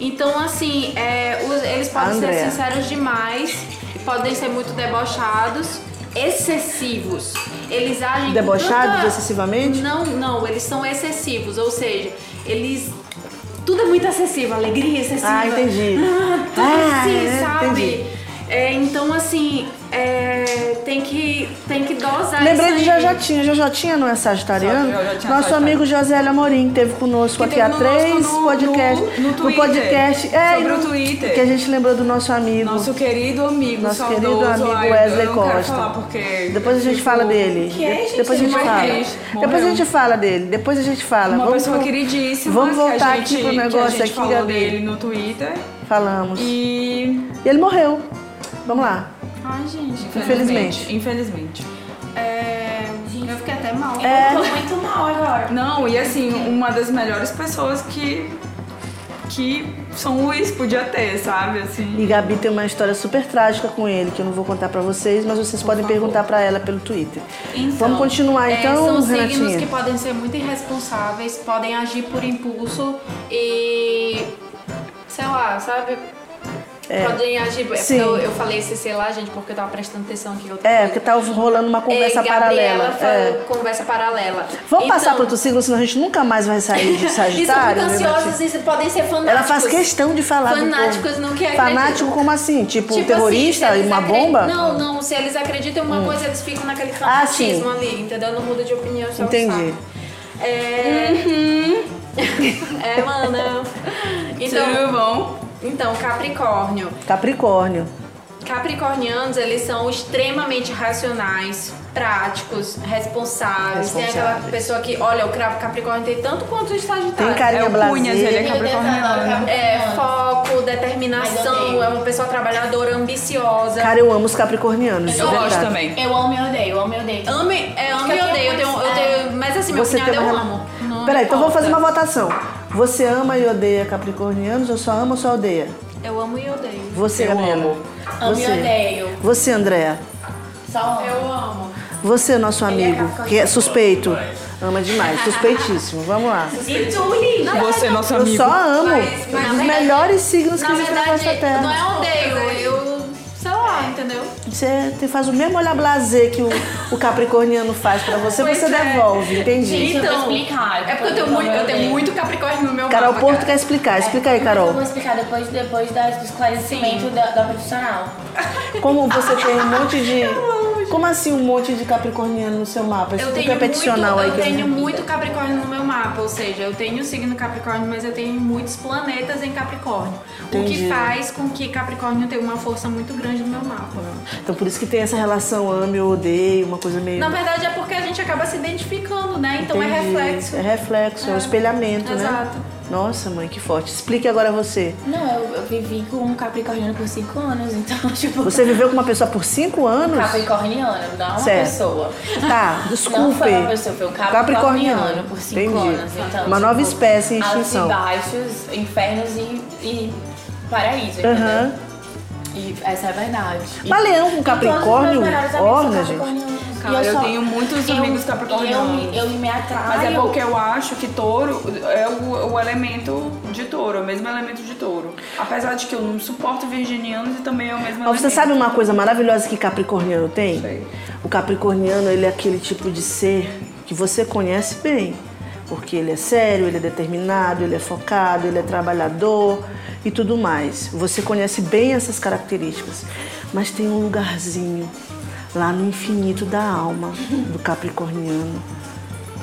Então, assim, é, os- eles podem ser
Andrea.
sinceros demais, podem ser muito debochados, excessivos. Eles agem com
Debochados
tanta-
excessivamente?
Não, não, eles são excessivos, ou seja, eles. Tudo é muito excessivo, alegria excessiva.
Ah, entendi.
Ah, tudo
Ah,
assim,
é,
sabe?
entendi.
É, então, assim, é, tem, que, tem que dosar
Lembrei
isso
de
aí.
Jajatinha. Jajatinha não é sagitariano?
Só- Jajatinha é
Nosso
sagitário.
amigo Josélio Amorim, que teve conosco aqui
Que
há
teve no
três
nosso- no-
podcasts.
no- no Twitter.
podcast. É,
Sobre
e no-
o Twitter.
Que a gente lembrou do nosso amigo.
Nosso querido amigo,
nosso
saudoso.
querido amigo
Ai, eu
Wesley
não
Costa.
Quero falar porque,
Depois a gente
tipo,
fala dele.
que é,
De-
gente?
Depois a gente
Ele
fala.
morreu.
Depois a
Morreu.
gente fala dele. Depois a gente fala.
Uma
vamos
pessoa
pro-
queridíssima.
Vamos
que a
voltar
gente,
aqui pro
que a
negócio
gente
aqui,
falou
Gabi.
dele no Twitter.
Falamos. E...
E.
ele morreu. Vamos lá.
Ai, gente.
Infelizmente.
Infelizmente.
É, eu fiquei até mal.
É. Eu tô muito mal agora.
Não, e assim, uma das melhores pessoas que. que São Luís podia ter, sabe? Assim.
E Gabi tem uma história super trágica com ele, que eu não vou contar pra vocês, mas vocês podem perguntar pra ela pelo Twitter. Vamos continuar
Então, é,
então,
São signos
Renatinha?
que podem ser muito irresponsáveis, podem agir por impulso e. sei lá, sabe? Podem agir. é,
Sim.
Eu, eu falei esse sei lá, gente, porque eu tava prestando atenção aqui. em Outra
É,
coisa.
porque tá rolando uma conversa
É, Gabriela
paralela.
falou
É.
Conversa paralela.
Vamos
Então,
passar pro outro signo, senão a gente nunca mais vai sair de
E são muito
Sagitário. né,
ansiosos
Martim?
e podem ser fanáticos.
Ela faz questão de falar do povo.
Fanáticos não que acreditam.
Fanático como assim? Tipo, um
Tipo
terrorista
assim,
e
se
uma
eles
bomba? Hum.
acredi- Não, não. Se eles acreditam em uma coisa, eles ficam naquele
Ah, sim.
fanatismo ali, entendeu? Não muda de opinião, só
Entendi. Uhum.
É... é, mano. Então,
Tudo bom?
então, Capricórnio.
Capricórnio.
Capricornianos, eles são extremamente racionais, práticos, responsáveis. Tem aquela
Responsáveis.
pessoa que, olha, o cravo Capricórnio tem tanto quanto o Sagitário.
Tem carinha
É
é
o Cunhas, ele é capricorniano.
Capricorniano.
É, foco,
Mas eu
determinação,
odeio.
é uma pessoa trabalhadora, ambiciosa.
Cara, eu amo os capricornianos. de
Eu gosto
verdade.
também.
Eu amo e odeio, eu amo e odeio.
Ame, é, ame
Porque
e
eu
odeio. Eu
tenho
tenho,
muito-
eu tenho, mas assim, meu
Você
cunhado
tem
eu
uma
amo. Não,
Peraí, então vamos fazer uma votação. Você ama e odeia capricornianos ou só ama ou só odeia?
Eu amo e odeio.
Você,
Eu
Gabriela.
amo.
Amo
Você.
e odeio.
Você, Andréa.
Só amo.
Eu amo.
Você, nosso
Ele é
amigo,
capricorniano.
que é suspeito. Ama demais, suspeitíssimo. Vamos lá.
E tu, Lígia?
Você, nosso
Eu
amigo.
só amo
Mas- mas na
os
verdade-
melhores signos que
Na
existem
verdade,
nessa terra.
não é odeio, eu. Sei lá, entendeu?
Você te- faz o mesmo olhar blazer que o, o capricorniano faz pra você, você devolve, entendi.
Gente, eu
Então,
vou explicar.
É porque eu tenho muito, eu tenho muito Capricórnio no meu
Carol
mapa.
Porto
cara.
quer explicar, explica aí,
Eu vou
Carol.
explicar depois, depois da, do esclarecimento da, da profissional.
Como você tem um monte de... Como assim um monte de capricorniano no seu mapa?
Eu
Explica
tenho,
peticional
muito,
aí.
eu
que
tenho muito Capricórnio no meu mapa, ou seja, eu tenho o signo Capricórnio, mas eu tenho muitos planetas em Capricórnio. O
Entendi.
que faz com que Capricórnio tenha uma força muito grande no meu mapa.
Então por isso que tem essa relação ame ou odeio, uma coisa meio...
Na verdade é porque a gente acaba se identificando, né?
um
Então é
Entendi.
reflexo.
É reflexo, é,
Ah,
um espelhamento,
Exato.
né? Nossa, mãe, que forte. Explique agora você.
Não, eu, eu vivi com um capricorniano por 5 anos, então, tipo.
Você viveu com uma pessoa por cinco anos?
Capricorniano, não é uma
Certo.
pessoa.
Tá, desculpe.
Não foi uma pessoa, foi um capricorniano,
Capricorniano.
por 5
Entendi.
anos. Então,
Uma nova espécie em extinção.
Altos e baixos, infernos e, e paraíso,
Aham.
entendeu? E essa é a verdade.
Mas leão com Capricórnio, orna, gente.
Cara, eu tenho muitos amigos capricornianos.
Eu, eu me atraio.
Mas é porque eu acho que touro é o, o elemento de touro, é o mesmo elemento de touro. Apesar de que eu não suporto virginianos e também é o mesmo
Mas
elemento.
você sabe uma coisa maravilhosa que Capricorniano tem?
Sei.
O Capricorniano, ele é aquele tipo de ser que você conhece bem. Porque ele é sério, ele é determinado, ele é focado, ele é trabalhador e tudo mais. Você conhece bem essas características. Mas tem um lugarzinho lá no infinito da alma do Capricorniano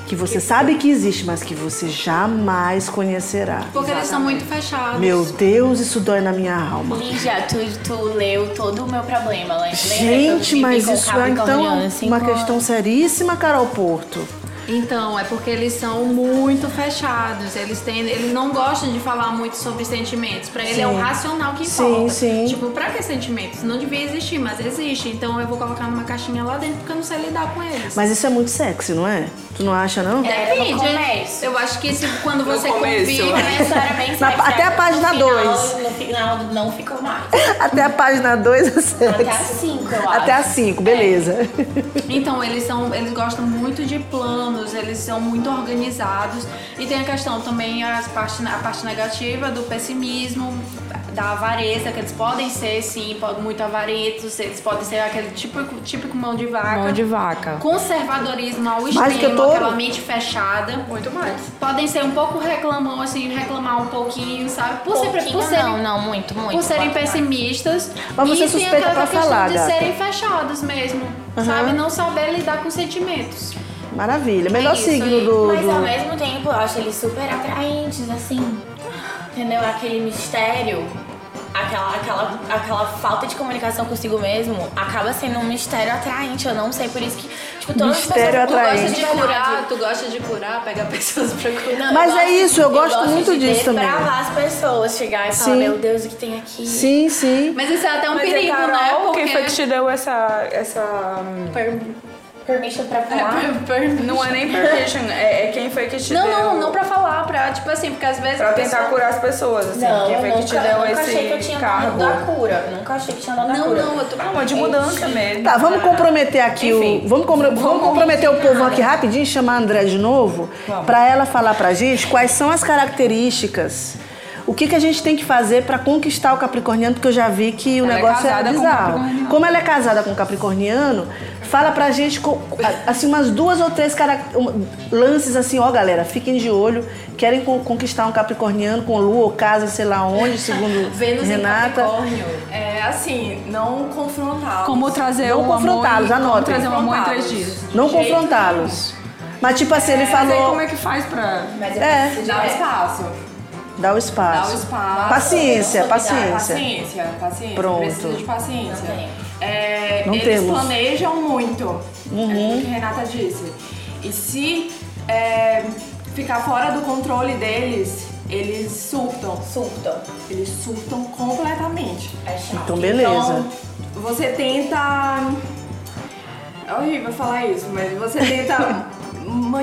que você sabe que existe, mas que você jamais conhecerá.
Porque eles são muito fechados.
Meu Deus, isso dói na minha alma.
Lígia, tu, tu leu todo o meu problema, né? lembra?
Gente, mas isso é então
assim,
uma questão
questão
seríssima, Carol Porto.
Então, é porque eles são muito fechados. Eles têm, eles não gostam de falar muito sobre sentimentos. Pra ele é o
Sim.
racional que
Sim,
importa.
sim.
Tipo, pra que sentimentos? Não devia existir, mas existe. Então eu vou colocar numa caixinha lá dentro porque eu não sei lidar com eles.
Mas isso é muito sexy, não é? Tu não acha, não?
Depende.
Depende. né? Eu acho que se, quando você
começo.
convive,
Na- até a página dois.
No final, não ficou mais.
Até a página 2 é
Até a
sexy.
5, eu acho. É.
Até a 5, beleza.
Então, eles são, eles gostam muito de planos, eles são muito organizados. E tem a questão também, as parte, a parte negativa do pessimismo, da avareza, que eles podem ser, sim, po- muito avarentos, eles podem ser aquele típico, típico mão de vaca.
Mão de vaca.
Conservadorismo ao
que
extremo,
touro.
aquela mente fechada. Muito mais. Podem ser um pouco reclamão, assim, reclamar um pouquinho, sabe? Por, ser-
Pouquinho,
por serem
não, não, muito, muito.
por serem
Quanto mais.
pessimistas.
Mas você
e tem
suspeita
aquela
pra
questão
falar,
de
gata.
serem fechados mesmo. Sabe? Não saber lidar com sentimentos.
Maravilha. Melhor
isso
signo
aí.
do.
É Mas ao
do-
mesmo tempo, eu acho eles super atraentes, assim. Entendeu? Aquele mistério, aquela, aquela, aquela falta de comunicação consigo mesmo, acaba sendo um mistério atraente. Eu não sei, por isso que, tipo, todas
Mistério
as pessoas...
atraente.
Eu gosto de curar,
tu gosta de curar, pegar pessoas pra curar.
Não,
Mas
eu
é
gosto-
isso, eu gosto muito
de
disso também.
desbravar as pessoas, chegar e falar,
Sim.
meu Deus, o que tem aqui?
Sim, sim.
Mas isso é até um
Mas é
perigo,
Carol,
né? Porque
quem foi que te deu essa... essa...
hum,
Per permission
É,
pra falar.
Não é nem permission, é, é quem foi que te
Não,
deu...
não, não pra falar, pra, tipo assim, porque às vezes.
Pra
a
tentar
pessoa-
curar as pessoas, assim.
Não,
quem
eu
foi
nunca,
que te deu
eu nunca
esse
achei que eu tinha
cargo?
nome da cura. Nunca achei que tinha nome da
Não,
cura.
não, eu tô
Ah, uma de mudança mesmo.
Tá, vamos comprometer aqui
Enfim.
o. Vamos, compro- vamos comprometer o povo aqui rapidinho e chamar a André de novo pra ela falar pra gente quais são as características. O que, que a gente tem que fazer pra conquistar o capricorniano, porque eu já vi que o
Ela é
negócio é
casada com
bizarro.
capricorniano.
Como ela é casada com um capricorniano, fala pra gente co- a- assim umas duas ou três carac- um- lances assim, ó galera, fiquem de olho, querem con- conquistar um capricorniano com lua ou casa, sei lá onde, segundo
Vênus em
Renata.
Capricórnio.
É assim,
um
não confrontá-los.
Como trazer
Não
o
confrontá-los,
amor... em-
anotem.
Como trazer o amor em três
Confrontá-los.
dias.
Não confrontá-los. Mas tipo assim, ele
Mas aí
falou,
como é que faz pra...
Mas eu
É.
preciso de
Dá o espaço.
dá o espaço.
Dá o espaço.
Paciência,
Eu sou
paciência.
Paciência, paciência.
É. Pronto.
Precisa de paciência.
Não tem.
É,
Não
eles
temos. Uhum.
planejam muito. É o que a Renata disse. E se é, ficar fora do controle deles, eles surtam.
surto.
Eles surtam completamente.
É chato.
Então beleza.
Então, você tenta. É horrível falar isso, mas você tenta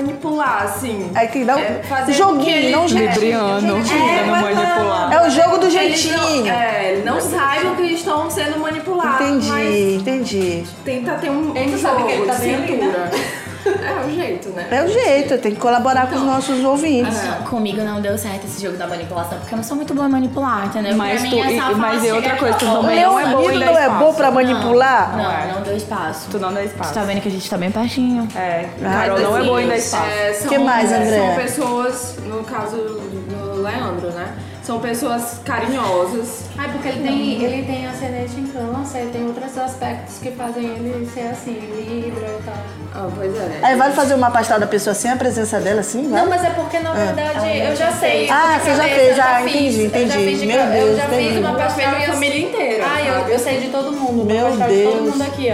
manipular, assim.
É que dá um
É, fazer
joguinho,
com que ele-
não jeitinho.
É,
É,
Libriano, tentando
mas
manipular.
É o jogo do
Eles
jeitinho.
não, é, não saibam que estão sendo manipulados.
entendi,
Mas
entendi.
tenta ter um.
Ele sabe que ele tá sem ali, né?
É o jeito, né?
É o jeito, tem que colaborar com os nossos ouvintes.
Não, comigo não deu certo esse jogo da manipulação, porque eu não sou muito boa em manipular, entendeu?
Mas
Pra
tu-
mim é só
e-
falar,
mas é outra
chega
coisa, tu
e fala,
também
"Olha,
Meu
não é boa
amigo
em dar
não é
espaço.
bom pra manipular?
Não, não deu espaço.
Tu não dá
Tu
espaço.
tá vendo que a gente tá bem pertinho.
É, Carol não é boa em dar espaço.
É, são-
Que mais, Andréa?
São pessoas, no caso do Leandro, né? São pessoas carinhosas.
Ai, porque ele tem, ele tem ascendente em câncer, ele tem outros aspectos que fazem ele ser assim, Libra e tal.
Ah, pois é.
Aí vale fazer uma pastada da pessoa sem a presença dela, assim? Vai?
Não, mas é porque na verdade eu já sei.
Ah,
de
você já
cabeça,
fez,
eu já
ah,
fiz,
entendi,
Eu já
entendi.
fiz, de
Meu
ca- eu
Deus,
já
entendi.
fiz uma
Eu
pastel
a família inteira.
Ah, eu, eu sei de todo mundo.
Meu
eu gosto de
Deus.
todo mundo aqui,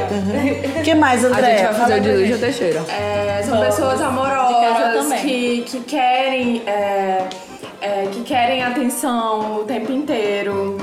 ó.
O que mais,
A gente
André?
vai fazer o de Lígia Teixeira.
É, são pessoas
casa
amorosas
também.
que, que querem é, é, que querem atenção o tempo inteiro.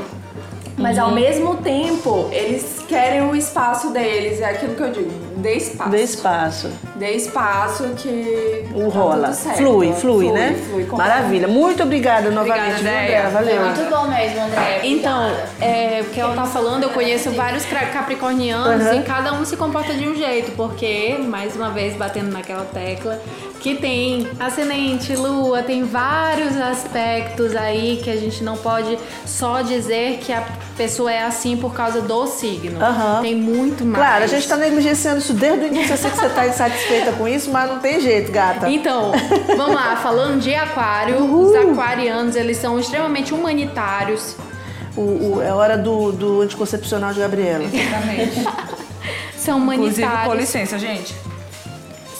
Mas
Uhum.
ao mesmo tempo, eles querem o espaço deles. É aquilo que eu digo, dê espaço.
Dê espaço.
Dê espaço que
O
tá
rola.
tudo certo.
Flui, flui, né?
flui, com-
Maravilha. Muito obrigada novamente, viu, Andréa. Valeu.
Muito bom mesmo, André.
Então, é, o que ela tá falando, eu conheço vários cra- capricornianos
Aham.
e cada um se comporta de um jeito, porque, mais uma vez, batendo naquela tecla, que tem ascendente, lua, tem vários aspectos aí que a gente não pode só dizer que a pessoa é assim por causa do signo.
Aham.
Tem muito mais.
Claro, a gente tá negligenciando isso desde o início. Eu sei que você tá insatisfeita com isso, mas não tem jeito, gata.
Então, vamos lá, falando de aquário, os aquarianos, eles são extremamente humanitários,
O- o- é hora do, do anticoncepcional de Gabriela.
É,
são
Inclusive, com
humanitários.
licença, gente.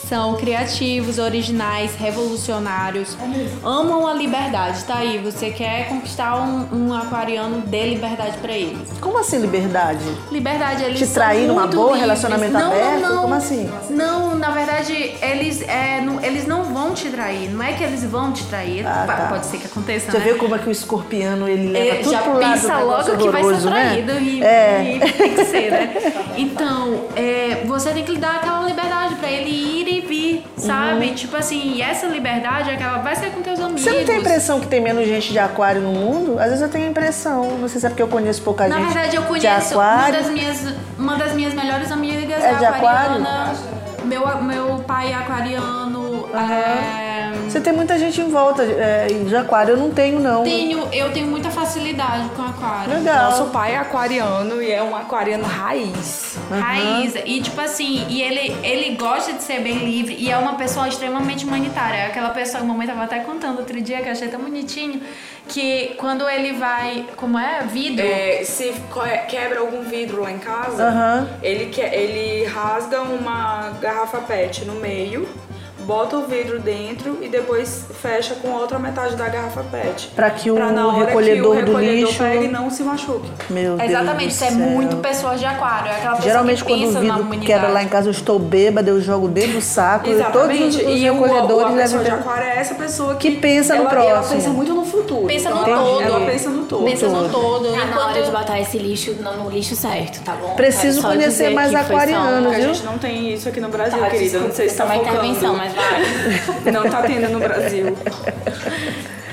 São criativos, originais, revolucionários, amam a liberdade. Tá aí, você quer conquistar um, um aquariano, dê liberdade pra ele.
Como assim liberdade?
Liberdade, eles
Te
são
trair numa
muito
boa,
livres.
relacionamento
não,
aberto?
Não, não.
Como assim?
Não, na verdade, eles, é, não, eles não vão te trair. Não é que eles vão te trair.
Ah,
Pa-
tá.
Pode ser que aconteça,
Você
né?
vê como é que o escorpiano ele leva
É,
tudo
já
pro lado
pensa
do negócio
logo que vai ser
horroroso, né?
traído e,
É.
e tem que ser, né? Então, é, você tem que lhe dar aquela liberdade pra ele ir e vir, sabe? Tipo assim, e essa liberdade é que ela vai ser com teus amigos.
Uhum. Você não tem a impressão que tem menos gente de aquário no mundo? Às vezes eu tenho a impressão. Não sei se é porque eu conheço pouca
Na
gente
verdade, eu
de
conheço uma
aquário.
das minhas, uma das minhas melhores amigas
É de aquário?
aquariana. Meu, meu pai é aquariano. é,
Você tem muita gente em volta. É, e de aquário eu não tenho, não.
tenho, eu tenho muita facilidade com aquário.
Legal.
Nosso pai é aquariano e é um aquariano raiz.
Raiz. E tipo assim, e ele, ele gosta de ser bem livre e é uma pessoa extremamente humanitária. É aquela pessoa, que a mamãe tava até contando outro dia, que eu achei tão bonitinho, que quando ele vai. Como é? Vidro.
É, se co- quebra algum vidro lá em casa,
Aham.
ele, que, ele rasga uma garrafa PET no meio, bota o vidro dentro e depois fecha com a outra metade da garrafa PET.
Pra que o
na hora
recolhedor
que o
do
recolhedor
lixo-
pegue e não se machuque.
Meu Deus.
Exatamente,
do
isso é
céu.
muito pessoas de aquário. É aquela pessoa
Geralmente
que
quando o
pensa na
vidro
humanidade.
quebra lá em casa, eu estou bêbada, eu jogo dentro do saco. e todos os, os
Exatamente. e o-
recolhedores
a
levam
pessoa de
dentro.
aquário é essa pessoa que,
Que pensa no
ela, Ela
próximo.
pensa muito no futuro.
Pensa
Então,
no
ela-
todo.
Ela pensa no todo.
Pensa no todo.
Tá na hora de
enquanto-
botar esse lixo no, no lixo certo, tá bom?
Preciso
Quero só
conhecer
dizer
mais
que foi só
aquariano,
uma-
Porque
viu?
a gente não tem isso aqui no Brasil,
Tá,
querida. Não sei se tá
desculpa, foi uma
focando.
intervenção, mas vai.
Não tá tendo no Brasil.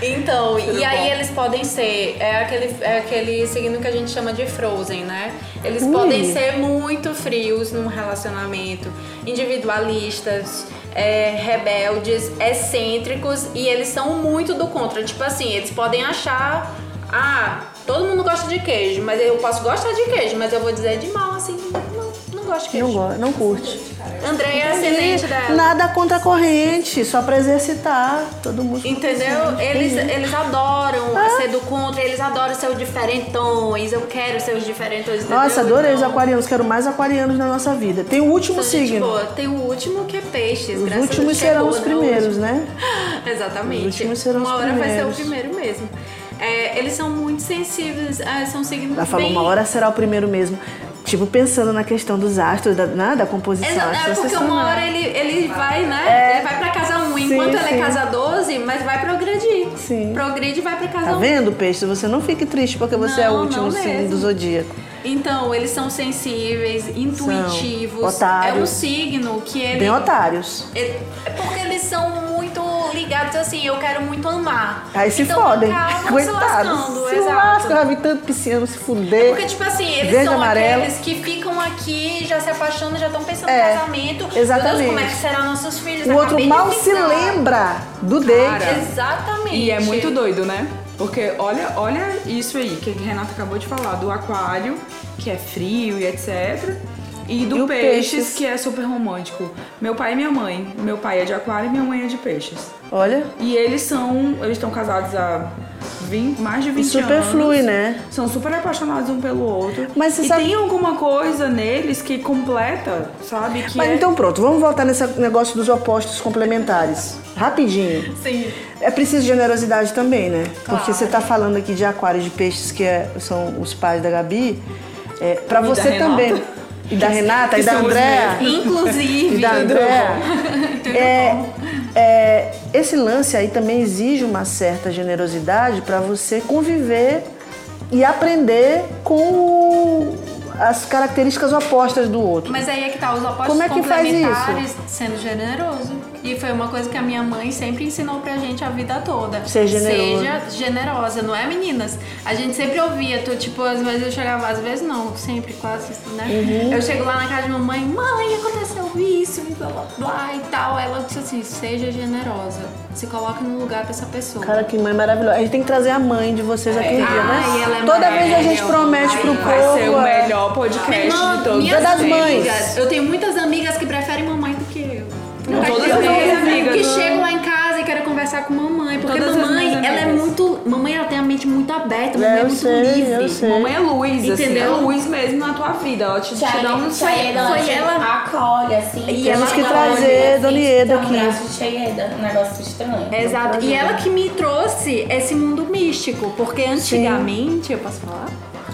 Então,
Tudo
e aí
bom.
eles podem ser, é aquele, é aquele signo que a gente chama de frozen, né? Eles podem ser muito frios num relacionamento, individualistas, é, rebeldes, excêntricos, e eles são muito do contra. Tipo assim, eles podem achar, ah, todo mundo gosta de queijo, mas eu posso gostar de queijo, mas eu vou dizer de mal, assim, não, não gosto de
Não
queijo.
gosta, não curte.
André é ascendente dela.
Nada contra a corrente, só pra exercitar todo mundo.
Entendeu? Eles, eles adoram
Ah.
ser do contra, eles adoram ser os diferentões. Eu quero ser os diferentões. Entendeu?
Nossa, adorei os
Então,
aquarianos, quero mais aquarianos na nossa vida. Tem o último
são gente
signo.
boa. Tem o último que é peixes.
Os
graças a
últimos
Deus, que é
serão
boa,
os
né?
primeiros, né?
Exatamente.
Os últimos serão os
uma hora vai ser o
primeiros.
primeiro mesmo. É, eles são muito sensíveis, ah, são signos
Ela falou,
bem...
uma hora será o primeiro mesmo. Tipo, pensando na questão dos astros, da, né, da composição.
Exa-
Acho
É porque
sensacional. É.
uma hora ele, ele vai, né? ele vai pra casa 1,
Sim,
enquanto ele
sim.
é casa 12, mas vai progredir.
Sim.
Progride e vai pra casa
Tá
1.
vendo, peixe? Você não fique triste porque você é o
Não,
último
não
signo
mesmo.
do zodíaco.
Então, eles são sensíveis, intuitivos.
otários.
É um signo que ele.
Bem otários.
É é porque eles são muito ligados assim, eu quero muito amar.
Aí se
então,
fodem.
Acabam se lascando,
Coitados. Se
exato.
lascam, já vi tanto pisciano se
É
fuder.
Porque, tipo assim, eles
Verde,
são
amarelo.
aqueles que ficam aqui, já se apaixonam, já estão pensando
É,
no casamento. Meu
exatamente.
Deus, como é que serão nossos filhos?
o outro
Acabei de
mal se
pensar.
lembra do date.
Exatamente.
E é muito doido, né? Porque olha, olha isso aí que a Renata acabou de falar, do aquário, que é frio e etc. E
E
do
o
peixes,
peixes.
que é super romântico. Meu pai e minha mãe. Meu pai é de aquário e minha mãe é de peixes.
Olha,
E eles são. Eles estão casados há 20, mais de 20
super
anos.
flui, né?
São super apaixonados um pelo outro.
Mas você
e
sabe-
tem alguma coisa neles que completa, sabe? Que
Mas
é-
então pronto, vamos voltar nesse negócio dos opostos complementares. Rapidinho.
Sim.
assim,
É preciso generosidade também, né? Porque você tá falando aqui de aquário de peixes, que é- são os pais da Gabi. É, para
da
você
Renata.
também. E da Renata, e
que
da
são os
Andréa.
Inclusive.
E da Andréa. É, é, esse lance aí também exige uma certa generosidade para você conviver e aprender com o- as características opostas do outro.
Mas aí é que tá, os opostos
Como é que faz isso?
complementares sendo generoso. E foi uma coisa que a minha mãe sempre ensinou pra gente a vida toda.
Ser generoso.
Seja generosa, não é, meninas? A gente sempre ouvia, tu, tipo, às vezes eu chegava, às vezes não, sempre, quase, né?
Uhum.
Eu chego lá na casa de mamãe, mãe, aconteceu isso, e blá blá blá e tal. Ela disse assim, seja generosa. Se coloque no lugar dessa pessoa.
Cara, que mãe maravilhosa. A gente tem que trazer a mãe de vocês aqui um dia, né?
Ai, ela é
Toda vez a gente
maravilhosa.
promete pro
Vai ser o
povo. é.
melhor podcast
Não,
de todos
minhas
das
os tempos.
mães.
amigas, eu tenho muitas amigas que preferem mamãe do que eu.
Não,
Mas
todas
tem
as minhas
outras
amigas,
Que
não.
chegam lá em casa e querem conversar com mamãe. Porque
Todas as
mamãe,
minhas
ela é
amigas.
muito. Mamãe, ela tem a mente muito aberta, mamãe é,
eu
muito
sei,
livre.
eu sei.
Mamãe é luz,
Entendeu?
assim, é luz mesmo na tua vida. Ela te, te dá um
foi,
foi
ela acolhe, assim.
E ela
que
acolhe,
trazer
assim,
Dona Ieda
dá um
aqui.
braço de Ieda, um negócio estranho.
Exato. E ela que me trouxe esse mundo místico. Porque antigamente, eu posso falar?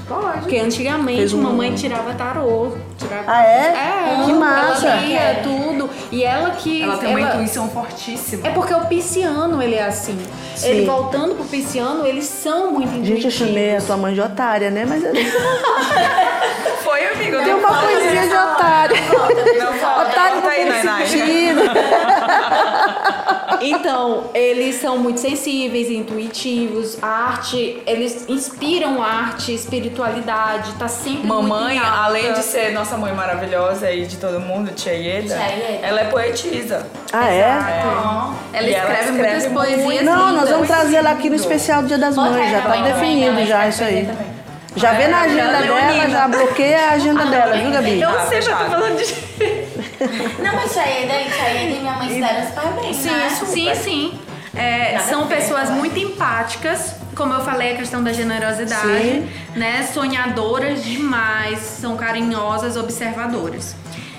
Pode. Porque antigamente mamãe tirava tarô. Tirava...
Ah, é?
É,
um que massa.
Ela lia tudo. E ela que.
Ela tem uma
ela-
intuição fortíssima.
É porque o pisciano, ele é assim.
Sim.
Ele voltando pro pisciano, eles são muito
Gente, eu
intuitivos.
chamei a sua mãe de otária, né? Mas tem
Foi, amigo.
uma coisinha de otária.
assim,
Otário
Volta aí,
não tem
Nainai.
sentido.
Então, eles são muito sensíveis, intuitivos, a arte, eles inspiram arte, espiritualidade, tá sempre
Mamãe,
muito em alta.
além de ser nossa mãe maravilhosa e de todo mundo, Tia Ieda,
Tia Ieda.
ela é poetisa.
Ah, é?
Ela
E ela
escreve
escreve
muitas
muito.
é
poesias
Não, nós
lindas.
vamos trazer ela aqui no especial do Dia das
Bota
Mães.
ela
Já tá
também,
definido
também,
já
também,
isso aí.
também.
Já vê na
É,
agenda
ela é
dela,
leonina.
já bloqueia a agenda dela, viu, Gabi?
Eu sei, mas eu tô falando de.
Não, mas Chaeda e Chaeda e minha mãe se deram super bem,
Sim,
né?
é
sim, sim. É, são pessoas muito empáticas, como eu falei, a questão da generosidade,
Sim.
né? Sonhadoras demais, são carinhosas, observadoras.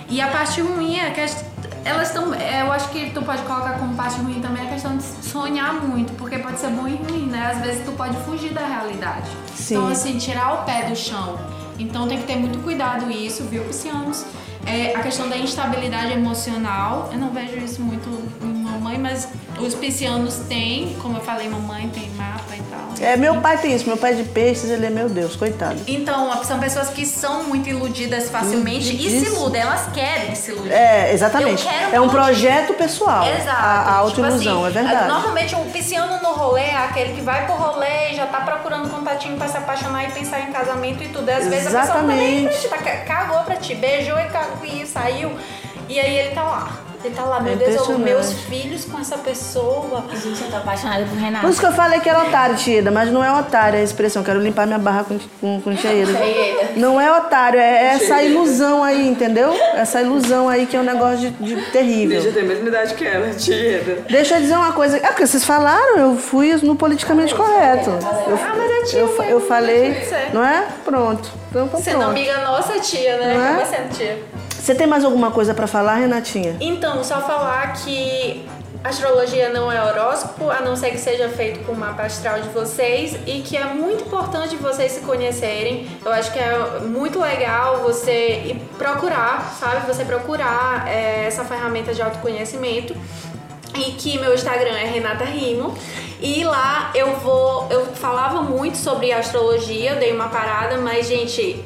E a parte ruim é que as- elas estão. Eu acho que tu pode colocar como parte ruim também a questão de sonhar muito, porque pode ser bom e ruim, né? Às vezes tu pode fugir da realidade.
Sim.
Então, assim, tirar o pé do chão. Então tem que ter muito cuidado isso, viu, Piscianos? É, a questão da instabilidade emocional, eu não vejo isso muito em mamãe, mas os piscianos têm, como eu falei, mamãe tem mapa e tal. né?
É, meu pai tem isso. Meu pai é de peixes, ele é meu Deus, coitado.
Então, são pessoas que são muito iludidas facilmente e se
Iludidíssimo.
iludem, elas querem se iludir.
É, exatamente.
Eu quero
É um
muito-
projeto pessoal.
Exato.
A, a autoilusão,
tipo assim,
é verdade.
Normalmente o pisciano no rolê é aquele que vai pro rolê e já tá procurando contatinho pra se apaixonar e pensar em casamento e tudo. E às vezes a pessoa não tá nem aí pra ti, tá, ca- cagou pra ti, beijou e cagou e saiu. E aí ele tá lá. Ele tá lá, meu
É
Deus, eu,
impressionante.
meus filhos com essa pessoa.
Gente, eu tô tá apaixonada por Renata.
Por isso que eu falei que era otário, Tida, mas não é otário a expressão. Quero limpar minha barra com, com, com cheiro.
Chaeda.
Não é otário, é essa ilusão aí, entendeu? Essa ilusão aí que é um negócio de, de terrível.
ter a mesma idade que ela, Tia Ieda.
Deixa eu dizer uma coisa. É porque vocês falaram, eu fui no politicamente correto. Eu, eu, fa- eu falei, não é? Pronto. Então, tá
Sendo
pronto.
amiga nossa tia, né?
Não é?
Acaba sendo tia.
Você tem mais alguma coisa pra falar, Renatinha?
Então, só falar que astrologia não é horóscopo, a não ser que seja feito com o mapa astral de vocês e que é muito importante vocês se conhecerem. Eu acho que é muito legal você ir procurar, sabe? Você procurar eh, essa ferramenta de autoconhecimento. E que meu Instagram é Renata Rimo. E lá eu vou. Eu falava muito sobre astrologia, eu dei uma parada, mas, gente,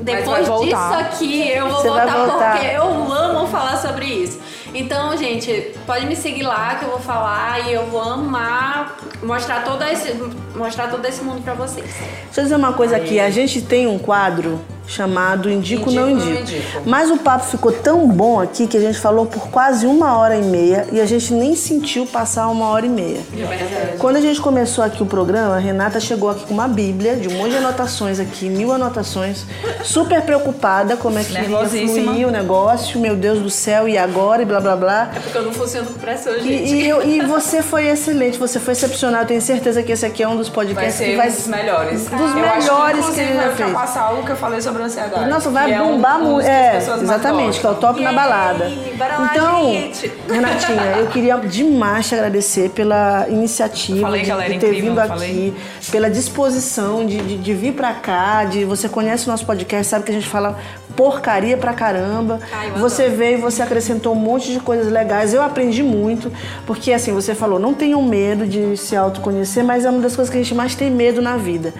Depois
vai
disso
voltar.
aqui, eu vou
Você vai
voltar,
voltar.
porque eu amo falar sobre isso. Então, gente, pode me seguir lá que eu vou falar e eu vou amar mostrar todo esse, mostrar todo esse mundo pra vocês.
Deixa eu dizer uma coisa aqui, a gente tem um quadro chamado Indico,
Indico, não
não indico.
indico.
Mas o papo ficou tão bom aqui que a gente falou por quase uma hora e meia e a gente nem sentiu passar uma hora e meia.
É
Quando a gente começou aqui o programa, a Renata chegou aqui com uma bíblia de um monte de anotações aqui, mil anotações, super preocupada como é que ia
Nervosíssima.
fluir o negócio, meu Deus do céu, e agora, e blá blá blá.
Porque eu não funciono com pressão,
E,
gente.
e eu- e você foi excelente, você foi excepcional. Eu tenho certeza que esse aqui é um dos
Vai
podcasts
ser
que vai
um dos melhores.
dos
Eu
melhores que
inclusive,
ele já
vai
fez.
ultrapassar algo que eu falei sobre a ansiedade.
Nossa,
que
vai
é um-
bombar
um dos
muito.
que as
É,
pessoas mais
exatamente, que é o top na balada.
bora lá,
então,
gente.
Renatinha, eu queria demais te agradecer pela iniciativa
Eu falei
de,
que ela era
de ter
incrível,
vindo
não
aqui,
falei?
pela disposição de, de- de vir pra cá, de você conhece o nosso podcast, sabe que a gente fala porcaria pra caramba.
Ah,
você veio, você acrescentou um monte de coisas legais. Eu aprendi muito, porque assim, você falou, não tenham medo de se autoconhecer, mas é uma das coisas que a gente mais tem medo na vida.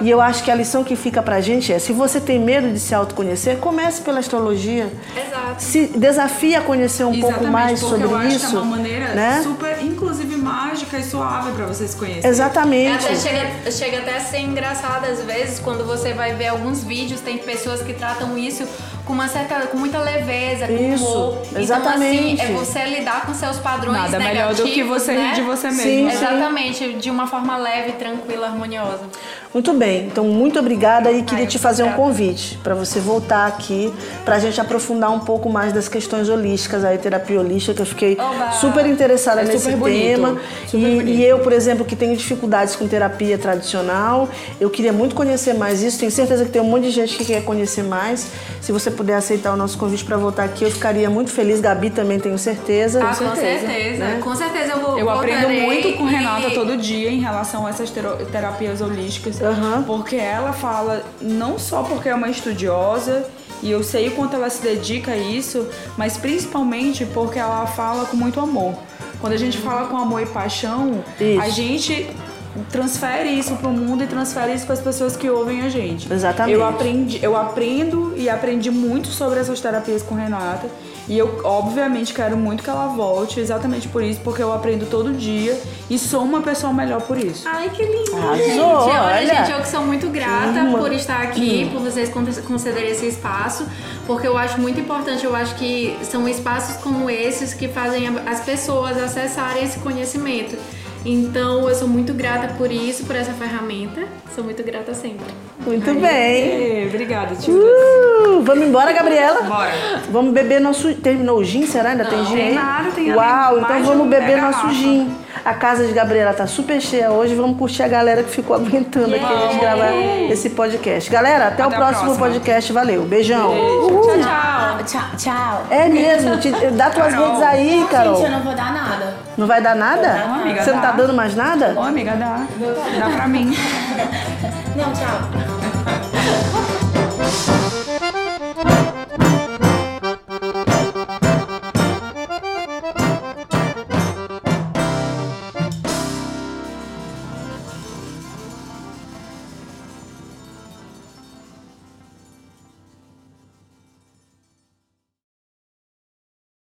E eu acho que a lição que fica pra gente é, se você tem medo de se autoconhecer, comece pela astrologia.
Exato.
Se desafia a conhecer um pouco
Exatamente,
mais
porque
sobre
eu acho
isso.
que é uma maneira
né?
super, inclusive, mágica e suave pra vocês conhecerem. É,
Exatamente.
Até
Chega, chega até a ser engraçado às vezes quando você vai ver alguns vídeos, tem pessoas que tratam isso com uma certa, com muita leveza, com
Isso,
humor.
exatamente.
Então assim, é você lidar com seus padrões
Nada melhor
negativos,
do que você
né?
rir de você mesmo.
Sim, sim.
Exatamente, de uma forma leve, tranquila, harmoniosa.
Muito bem, então muito obrigada e queria te fazer um convite para você voltar aqui para a gente aprofundar um pouco mais das questões holísticas, aí terapia holística, que eu fiquei super interessada
É
nesse
super bonito,
tema.
super
e,
bonito.
e eu, por exemplo, que tenho dificuldades com terapia tradicional, eu queria muito conhecer mais isso. Tenho certeza que tem um monte de gente que quer conhecer mais. Se você puder aceitar o nosso convite para voltar aqui, eu ficaria muito feliz. Gabi também tenho certeza. né?
Ah, com certeza. Com certeza eu vou
Eu aprendo
voltarei
muito com
e-
Renata todo dia em relação a essas tero- terapias holísticas,
Aham.
porque ela fala não só porque é uma estudiosa e eu sei o quanto ela se dedica a isso, mas principalmente porque ela fala com muito amor. Quando a gente fala com amor e paixão,
Isso.
a gente transfere isso pro mundo e transfere isso para as pessoas que ouvem a gente.
Exatamente.
Eu aprendi, eu aprendo e aprendi muito sobre essas terapias com Renata. E eu, obviamente, quero muito que ela volte, exatamente por isso, porque eu aprendo todo dia e sou uma pessoa melhor por isso.
Ai, que lindo,
Arrasou,
gente. Olha,
olha.
gente, eu que sou muito grata por estar aqui, por vocês con- concederem esse espaço, porque eu acho muito importante, eu acho que são espaços como esses que fazem a- as pessoas acessarem esse conhecimento. Então, eu sou muito grata por isso, por essa ferramenta. Sou muito grata sempre.
Muito bem.
Ê, Obrigada, tio.
Uh, vamos embora, Gabriela?
Bora.
Vamos beber nosso. Terminou o gin, será? Ainda tem gin?
tem
aí?
nada, tem ali
Uau,
mais
então
de
vamos
um
beber
mega
nosso
garrafa.
gin. A casa de Gabriela tá super cheia hoje. Vamos curtir a galera que ficou aguentando aqui a gente gravar esse podcast. Galera, até, o
a
próximo
próxima.
podcast. Valeu. Beijão.
Tchau, tchau.
Tchau, tchau.
É mesmo. Te- dá tuas
Carol.
redes aí, Carol.
Gente, eu não vou dar nada.
Não vai dar nada?
Não, amiga,
Você não tá
dá.
dando mais nada?
Ô, amiga, dá. Dá pra mim.
Não, tchau.